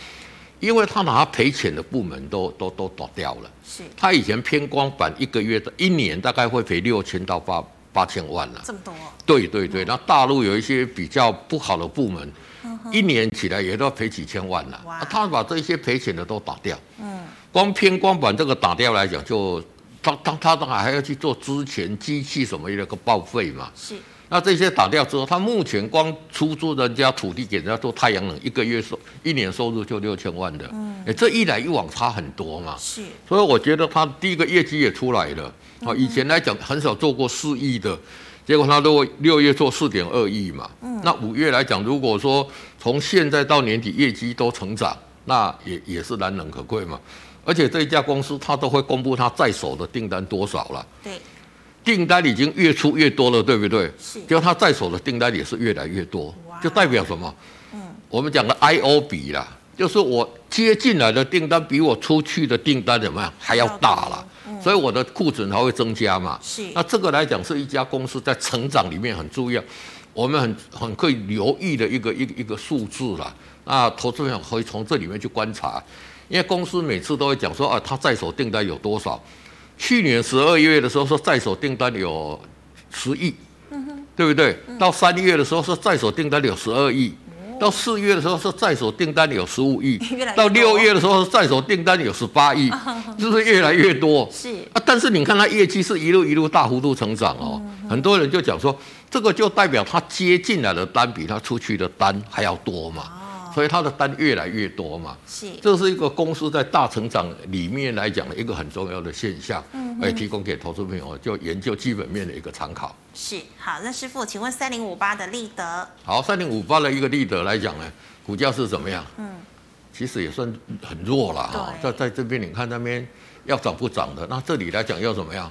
Speaker 2: 因为它拿赔钱的部门都都都倒掉了。
Speaker 1: 是
Speaker 2: 它以前偏光板一个月、一年大概会赔六千到八八千万了。
Speaker 1: 这么多哦
Speaker 2: 对对对，那大陆有一些比较不好的部门，一年起来也都要赔几千万了、
Speaker 1: 嗯哇
Speaker 2: 啊他把这些赔钱的都打掉，
Speaker 1: 嗯，
Speaker 2: 光偏光板这个打掉来讲就。当当他当然还要去做之前机器什么的一个报废嘛，
Speaker 1: 是
Speaker 2: 那这些打掉之后，他目前光出租人家土地给人家做太阳能，一个月收一年收入就六千万的，嗯，这一来一往差很多嘛，
Speaker 1: 是
Speaker 2: 所以我觉得它第一个业绩也出来了。啊，以前来讲很少做过四亿的，结果它都六月做四点二亿嘛。那五月来讲，如果说从现在到年底业绩都成长，那也也是难能可贵嘛。而且这一家公司它都会公布它在手的订单多少了，
Speaker 1: 对
Speaker 2: 订单已经越出越多了，对不对？
Speaker 1: 是
Speaker 2: 就它在手的订单也是越来越多
Speaker 1: 哇，嗯
Speaker 2: 就代表什么？我们讲的 I O 比啦，就是我接进来的订单比我出去的订单怎么样还要大了，所以我的库存还会增加嘛。
Speaker 1: 嗯是
Speaker 2: 那这个来讲是一家公司在成长里面很重要，我们很很可以留意的一个一个一个数字啦。那投资朋友可以从这里面去观察，因为公司每次都会讲说啊，他在手订单有多少。去年十二月的时候说在手订单有十亿，对不对？到三月的时候说在手订单有十二亿，到四月的时候说在手订单有十五亿
Speaker 1: 越来越多，
Speaker 2: 到六月的时候说在手订单有十 八亿，就是越来越多。
Speaker 1: 是
Speaker 2: 啊，但是你看它业绩是一路一路大幅度成长哦，
Speaker 1: 嗯
Speaker 2: 很多人就讲说，这个就代表它接进来的单比它出去的单还要多嘛，
Speaker 1: 哦
Speaker 2: 所以它的单越来越多嘛。
Speaker 1: 是
Speaker 2: 这是一个公司在大成长里面来讲的一个很重要的现象，
Speaker 1: 嗯
Speaker 2: 哎，提供给投资朋友就研究基本面的一个参考。
Speaker 1: 是好。那师傅，请问三零五八的立德
Speaker 2: 好，三零五八的一个立德来讲呢，股价是怎么样？嗯，其实也算很弱了哈。
Speaker 1: 对
Speaker 2: 在在这边你看那边要涨不涨的，那这里来讲要怎么样？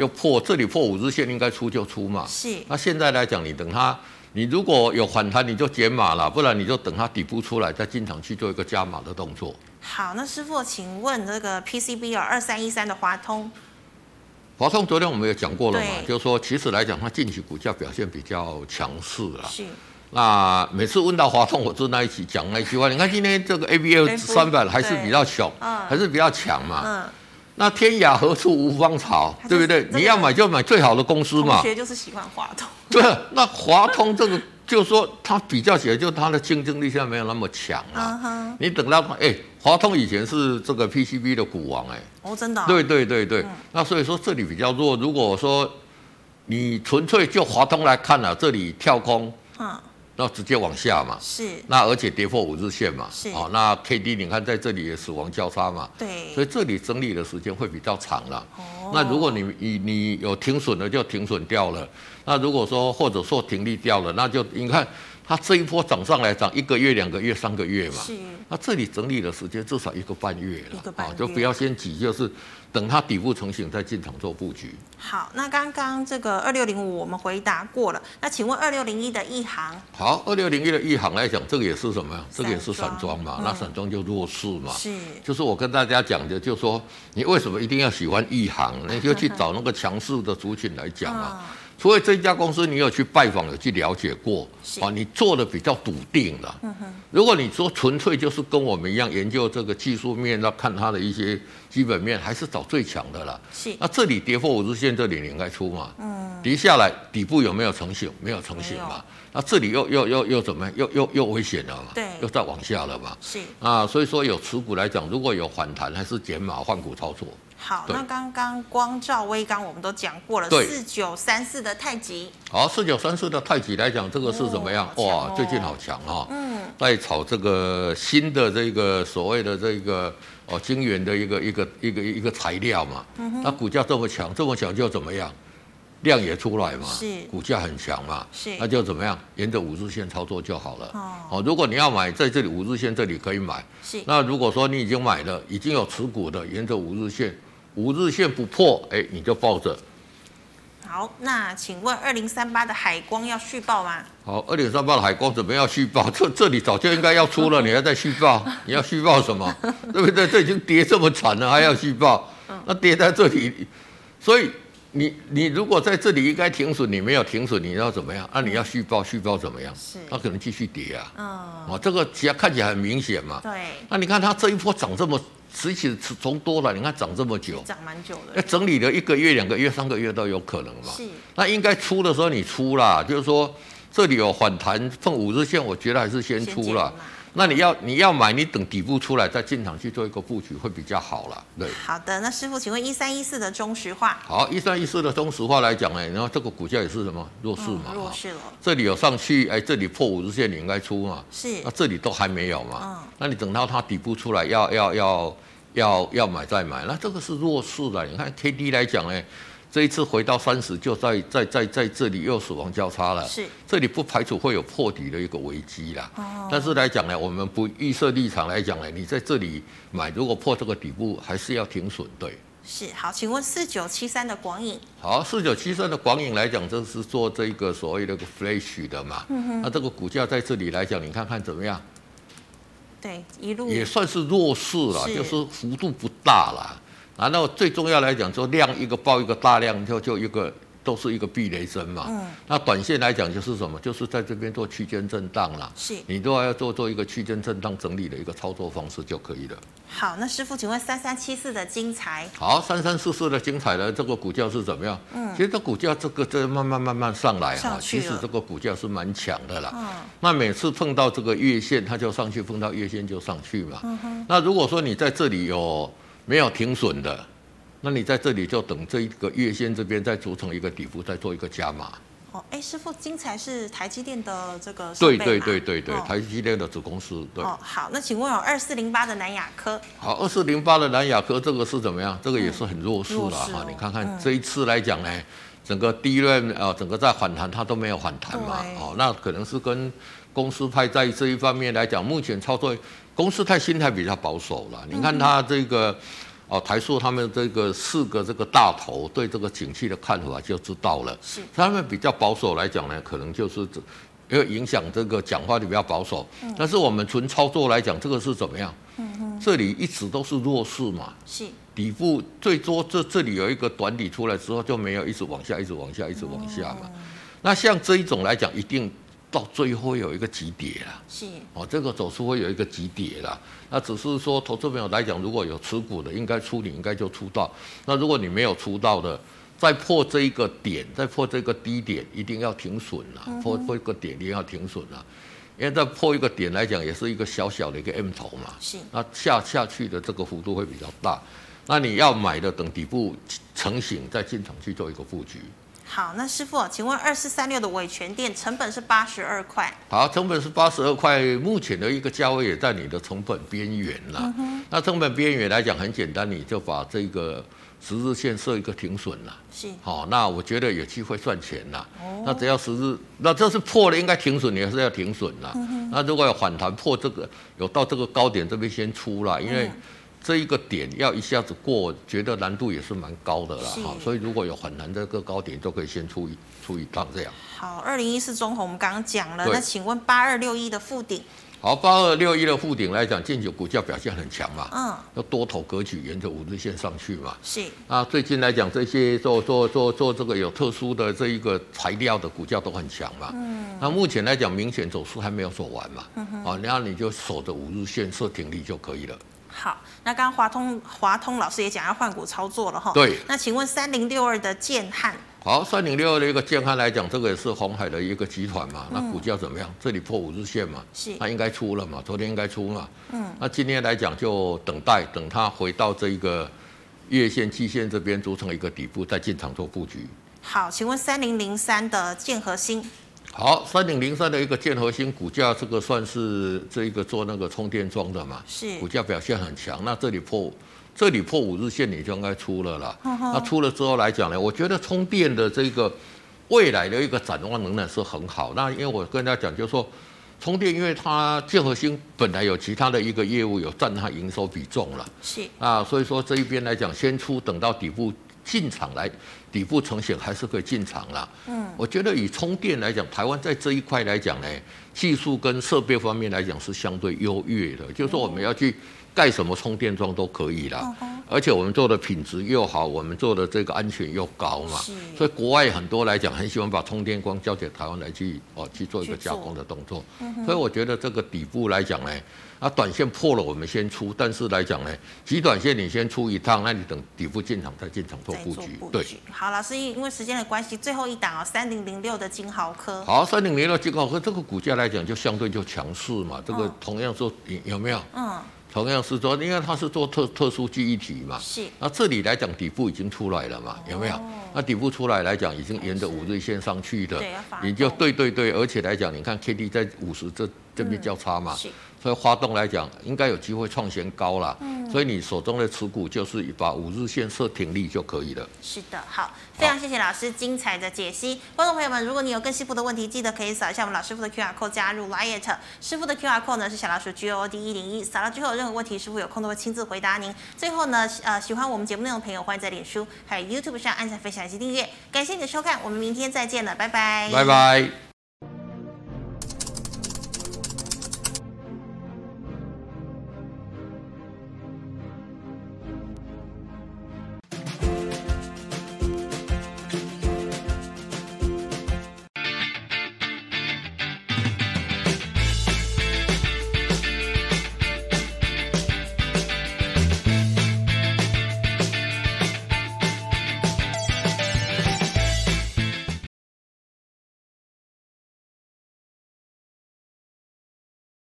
Speaker 2: 要破这里破五日线应该出就出嘛。
Speaker 1: 嗯是
Speaker 2: 那现在来讲，你等它，你如果有反弹你就减码了，不然你就等它底部出来再进场去做一个加码的动作。
Speaker 1: 好。那师傅，请问这个 PCB 哦二三一三的华通
Speaker 2: 华通昨天我们也讲过了嘛，
Speaker 1: 对
Speaker 2: 就是说其实来讲它近期股价表现比较强势了。
Speaker 1: 是
Speaker 2: 那每次问到华通，我就那一起讲那一句话。你看今天这个 A B L 三百还是比较小，
Speaker 1: 嗯
Speaker 2: 还是比较强嘛。
Speaker 1: 嗯，
Speaker 2: 那天涯何处无芳草，
Speaker 1: 它就是
Speaker 2: 对不对
Speaker 1: 真？的
Speaker 2: 你要买就买最好的公司
Speaker 1: 同
Speaker 2: 嘛。
Speaker 1: 学就是喜欢华通，
Speaker 2: 对，那华通这个就是说它比较起来，就它的竞争力现在没有那么强
Speaker 1: 嗯
Speaker 2: 啊。
Speaker 1: 哼，
Speaker 2: 你等到它，哎，华通以前是这个 P C B 的股王哎、
Speaker 1: 哦，真的哦
Speaker 2: 对对对对，那所以说这里比较弱。如果说你纯粹就华通来看了、啊，这里跳空
Speaker 1: 嗯，
Speaker 2: 那直接往下嘛。
Speaker 1: 是，
Speaker 2: 那而且跌破五日线嘛
Speaker 1: 是，
Speaker 2: 哦，那 K D 你看在这里也死亡交叉嘛，所
Speaker 1: 对，
Speaker 2: 以这里整理的时间会比较长了。
Speaker 1: 哦
Speaker 2: 那如果你你你有停损了，就停损掉了。那如果说或者说停利掉了，那就你看它这一波涨上来，涨一个月、两个月、三个月嘛。
Speaker 1: 是
Speaker 2: 那这里整理的时间至少一个半月
Speaker 1: 一
Speaker 2: 了，
Speaker 1: 个半月
Speaker 2: 啊就不要先急，就是等它底部成型再进场做布局。
Speaker 1: 好，那刚刚这个二六零五我们回答过了，那请问二六零一的一行
Speaker 2: 好，二六零一的一行来讲，这个也是什么呀？这个也是
Speaker 1: 散
Speaker 2: 散
Speaker 1: 装
Speaker 2: 装嘛，
Speaker 1: 嗯
Speaker 2: 那散装就弱势嘛。
Speaker 1: 是
Speaker 2: 就是我跟大家讲的，就是说你为什么一定要喜欢一行？你就去找那个强势的族群来讲啊。
Speaker 1: 啊，
Speaker 2: 除非这家公司你有去拜访、有去了解过
Speaker 1: 是，嗯
Speaker 2: 啊，你做的比较笃定了。如果你说纯粹就是跟我们一样研究这个技术面，那看它的一些基本面，还是找最强的啦。
Speaker 1: 是
Speaker 2: 那这里跌破五日线，这里你应该出嘛？嗯，跌下来底部有没有成型？没有成型
Speaker 1: 没
Speaker 2: 嘛？那这里又又又又怎么样？又又又危险了嘛？
Speaker 1: 对
Speaker 2: 又再往下了嘛？
Speaker 1: 是
Speaker 2: 啊，所以说有持股来讲，如果有反弹，还是减码换股操作。
Speaker 1: 好，
Speaker 2: 对
Speaker 1: 那刚刚光照微刚我们都讲过了，
Speaker 2: 对
Speaker 1: 四九三四的太极，
Speaker 2: 好，四九三四的太极来讲，这个是怎么样？
Speaker 1: 哦好强哦
Speaker 2: 哇，最近好强啊、
Speaker 1: 嗯，
Speaker 2: 在炒这个新的这个所谓的这个哦晶圆的一个一个一个一个材料嘛，
Speaker 1: 嗯
Speaker 2: 那股价这么强，这么强就怎么样？量也出来嘛
Speaker 1: 是，
Speaker 2: 股价很强嘛，
Speaker 1: 是
Speaker 2: 那就怎么样？沿着五日线操作就好了。
Speaker 1: 哦
Speaker 2: 哦，如果你要买，在这里五日线这里可以买。
Speaker 1: 是
Speaker 2: 那如果说你已经买了，已经有持股的，沿着五日线，五日线不破，哎，你就抱着。
Speaker 1: 好，那请问二零三八的海光要续报吗？
Speaker 2: 好，二点三八的海光怎么样续报？ 这这里早就应该要出了，你还在续报？你要续报什么？ 对不对？这已经跌这么惨了，还要续报？
Speaker 1: 嗯
Speaker 2: 那跌在这里，所以你你如果在这里应该停损，你没有停损，你要怎么样？啊那、你要续报，续报怎么样？
Speaker 1: 是
Speaker 2: 它可能继续跌啊！
Speaker 1: 嗯，
Speaker 2: 哦，这个其实看起来很明显嘛。
Speaker 1: 对，
Speaker 2: 那你看它这一波涨这么，其实从多了，你看涨这么久，
Speaker 1: 涨蛮久的
Speaker 2: 要，整理了一个月、两个月、三个月都有可能嘛。
Speaker 1: 是
Speaker 2: 那应该出的时候你出啦，就是说这里有反弹碰五日线，我觉得还是先
Speaker 1: 先
Speaker 2: 出
Speaker 1: 减
Speaker 2: 啦。
Speaker 1: 嘛
Speaker 2: 那你要你要买，你等底部出来再进场去做一个布局会比较好啦。对，
Speaker 1: 好的，那师傅，请问一三一四的中石化
Speaker 2: 好，一三一四的中石化来讲呢，然后这个股价也是什么弱势嘛，
Speaker 1: 嗯
Speaker 2: 哈
Speaker 1: 弱势了，
Speaker 2: 这里有上去，哎，这里破五日线你应该出嘛，
Speaker 1: 是
Speaker 2: 那这里都还没有嘛，
Speaker 1: 嗯
Speaker 2: 那你等到它底部出来要要要要要买再买，那这个是弱势的。你看 K D 来讲呢，这一次回到三十就在在在在这里又死亡交叉了，
Speaker 1: 是
Speaker 2: 这里不排除会有破底的一个危机啦。
Speaker 1: 哦
Speaker 2: 但是来讲呢，我们不预设立场来讲呢，你在这里买，如果破这个底部，还是要停损对。
Speaker 1: 是好，请问四九七三的广影
Speaker 2: 好，四九七三的广影来讲，这是做这个所谓的一个 flash 的嘛，
Speaker 1: 嗯
Speaker 2: 那这个股价在这里来讲，你看看怎么样？
Speaker 1: 对一路
Speaker 2: 也算是弱势了，
Speaker 1: 嗯是
Speaker 2: 就是幅度不大啦。然后最重要来讲，就量一个爆一个大量，就就一个都是一个避雷针嘛。
Speaker 1: 嗯
Speaker 2: 那短线来讲就是什么？就是在这边做区间震荡啦。
Speaker 1: 是
Speaker 2: 你都要做做一个区间震荡整理的一个操作方式就可以了。
Speaker 1: 好。那师傅，请问三三七四的金财
Speaker 2: 好，三三四四的精彩的这个股价是怎么样？嗯，其实这股价这个这慢慢慢慢上来
Speaker 1: 上
Speaker 2: 哈，
Speaker 1: 去
Speaker 2: 其
Speaker 1: 了
Speaker 2: 实这个股价是蛮强的啦。
Speaker 1: 嗯
Speaker 2: 那每次碰到这个月线，它就上去；碰到月线就上去嘛。
Speaker 1: 嗯
Speaker 2: 那如果说你在这里有没有停损的，那你在这里就等这一个月线这边再组成一个底部，再做一个加码。
Speaker 1: 哦，哎，师傅，金财是台积电的这个设
Speaker 2: 对
Speaker 1: 备
Speaker 2: 对
Speaker 1: 吗
Speaker 2: 对对对，
Speaker 1: 哦
Speaker 2: 台积电的子公司对。
Speaker 1: 哦，好，那请问有二四零八的南亚科
Speaker 2: 好，二四零八的蓝雅科这个是怎么样？这个也是很弱势
Speaker 1: 弱
Speaker 2: 了
Speaker 1: 势
Speaker 2: 哈、
Speaker 1: 哦
Speaker 2: 你看看
Speaker 1: 嗯
Speaker 2: 这一次来讲呢，整个第一轮呃，整个在反弹它都没有反弹嘛
Speaker 1: 对，
Speaker 2: 哦，那可能是跟公司派在这一方面来讲，目前操作公司派心态比较保守了。你
Speaker 1: 嗯
Speaker 2: 看它这个。哦，台塑他们这个四个这个大头对这个景气的看法就知道了。
Speaker 1: 是
Speaker 2: 他们比较保守来讲呢，可能就是这，因为影响这个讲话就比较保守。
Speaker 1: 嗯
Speaker 2: 但是我们纯操作来讲，这个是怎么样？这里一直都是弱势嘛，
Speaker 1: 是
Speaker 2: 底部最多这这里有一个短底出来之后就没有，一直往下，一直往下，一直往下嘛。那像这一种来讲，一定到最后有一个急跌啦。
Speaker 1: 是
Speaker 2: 哦，这个走势会有一个急跌啦。那只是说，投资朋友来讲，如果有持股的，应该出，你应该就出到。那如果你没有出到的，再破这一个点，再破这个低点，一定要停损啦。破破一个点，一定要停损啦。因为再破一个点来讲，也是一个小小的一个 M 头嘛。
Speaker 1: 是
Speaker 2: 那下下去的这个幅度会比较大。那你要买的，等底部成型再进场去做一个布局。
Speaker 1: 好，那师傅，请问二四三六的伟全店成本是八十二块，
Speaker 2: 好，成本是八十二块，目前的一个价位也在你的成本边缘了。那成本边缘来讲很简单，你就把这个十日线设一个停损了。
Speaker 1: 是
Speaker 2: 好、那我觉得有机会赚钱啦。那只要十日，那这是破了，应该停损，你还是要停损啦。那如果有反弹破这个，有到这个高点这边先出啦，因为这一个点要一下子过，我觉得难度也是蛮高的啦。
Speaker 1: 是
Speaker 2: 好，所以如果有反弹这个高点，就可以先出一出一趟这样。
Speaker 1: 好，二零一四中红我们刚刚讲了，
Speaker 2: 对
Speaker 1: 那请问八二六一的附顶，
Speaker 2: 好，八二六一的附顶来讲，近期股价表现很强嘛，
Speaker 1: 嗯，
Speaker 2: 要多头格局沿着五日线上去嘛。
Speaker 1: 是
Speaker 2: 啊，最近来讲，这些做做做做这个有特殊的这一个材料的股价都很强嘛。嗯。那目前来讲，明显走势还没有走完嘛。嗯啊，然后你就守着五日线设停利就可以了。
Speaker 1: 好。那刚刚华通华通老师也讲要换股操作了哈，
Speaker 2: 对
Speaker 1: 那请问三零六二的建汉，
Speaker 2: 好，三零六的一个健康来讲，这个也是红海的一个集团嘛，那股价怎么样？这里破五日线嘛，
Speaker 1: 是
Speaker 2: 它应该出了嘛，昨天应该出嘛，嗯，那今天来讲就等待，等它回到这一个月线、季线这边组成一个底部，再进场做布局。
Speaker 1: 好，请问三零零三的建和兴，
Speaker 2: 好，三零零三的一个建核心股价，这个算是这一个做那个充电桩的嘛，
Speaker 1: 是
Speaker 2: 股价表现很强。那这里破，这里破五日线，你就应该出了啦。
Speaker 1: 嗯哼
Speaker 2: 那出了之后来讲呢，我觉得充电的这个未来的一个展望仍然是很好。那因为我跟大家讲，就是说充电，因为它建核心本来有其他的一个业务有占它营收比重了。
Speaker 1: 是
Speaker 2: 啊，所以说这一边来讲，先出等到底部进场来，底部成型还是可以进场啦。嗯，我觉得以充电来讲，台湾在这一块来讲呢，技术跟设备方面来讲是相对优越的，就是说我们要去盖什么充电桩都可以啦。而且我们做的品质又好，我们做的这个安全又高嘛
Speaker 1: 是，
Speaker 2: 所以国外很多来讲很喜欢把充电桩交给台湾来去哦去做一个
Speaker 1: 去做嗯
Speaker 2: 加工的动作。所以我觉得这个底部来讲呢，啊，短线破了我们先出，但是来讲呢，极短线你先出一趟，那你等底部进场再进场做
Speaker 1: 在
Speaker 2: 布
Speaker 1: 做
Speaker 2: 局。
Speaker 1: 布
Speaker 2: 对，
Speaker 1: 局。好，老师因为时间的关系，最后一档哦，三零零六的金豪科，
Speaker 2: 好，三零零六金高科这个股价来讲就相对就强势嘛，这个
Speaker 1: 嗯
Speaker 2: 同样说有有没有？
Speaker 1: 嗯，
Speaker 2: 同样是说，因为它是做特特殊记忆体嘛，
Speaker 1: 是哦
Speaker 2: 那这里来讲底部已经出来了嘛，有没有？那底部出来来讲，已经沿着五日线上去的
Speaker 1: 对要发，动
Speaker 2: 你就对对对，而且来讲，你看 K D 在五十这这边交叉嘛，
Speaker 1: 是
Speaker 2: 所以花动来讲应该有机会创新高啦。
Speaker 1: 嗯
Speaker 2: 所以你手中的持股就是把五日线设停利就可以了。
Speaker 1: 是的，好，非常谢谢老师精彩的解析。观众朋友们，如果你有更细部的问题，记得可以扫一下我们老师傅的 QR code 加入 Liet。师傅的 QR code 呢是小老鼠 G O D 一零一，扫到之后有任何问题，师傅有空都会亲自回答您。最后呢，呃，喜欢我们节目内容的朋友，欢迎在脸书还有 YouTube 上按下分享以及订阅。感谢你的收看，我们明天再见了，拜拜，
Speaker 2: 拜。拜。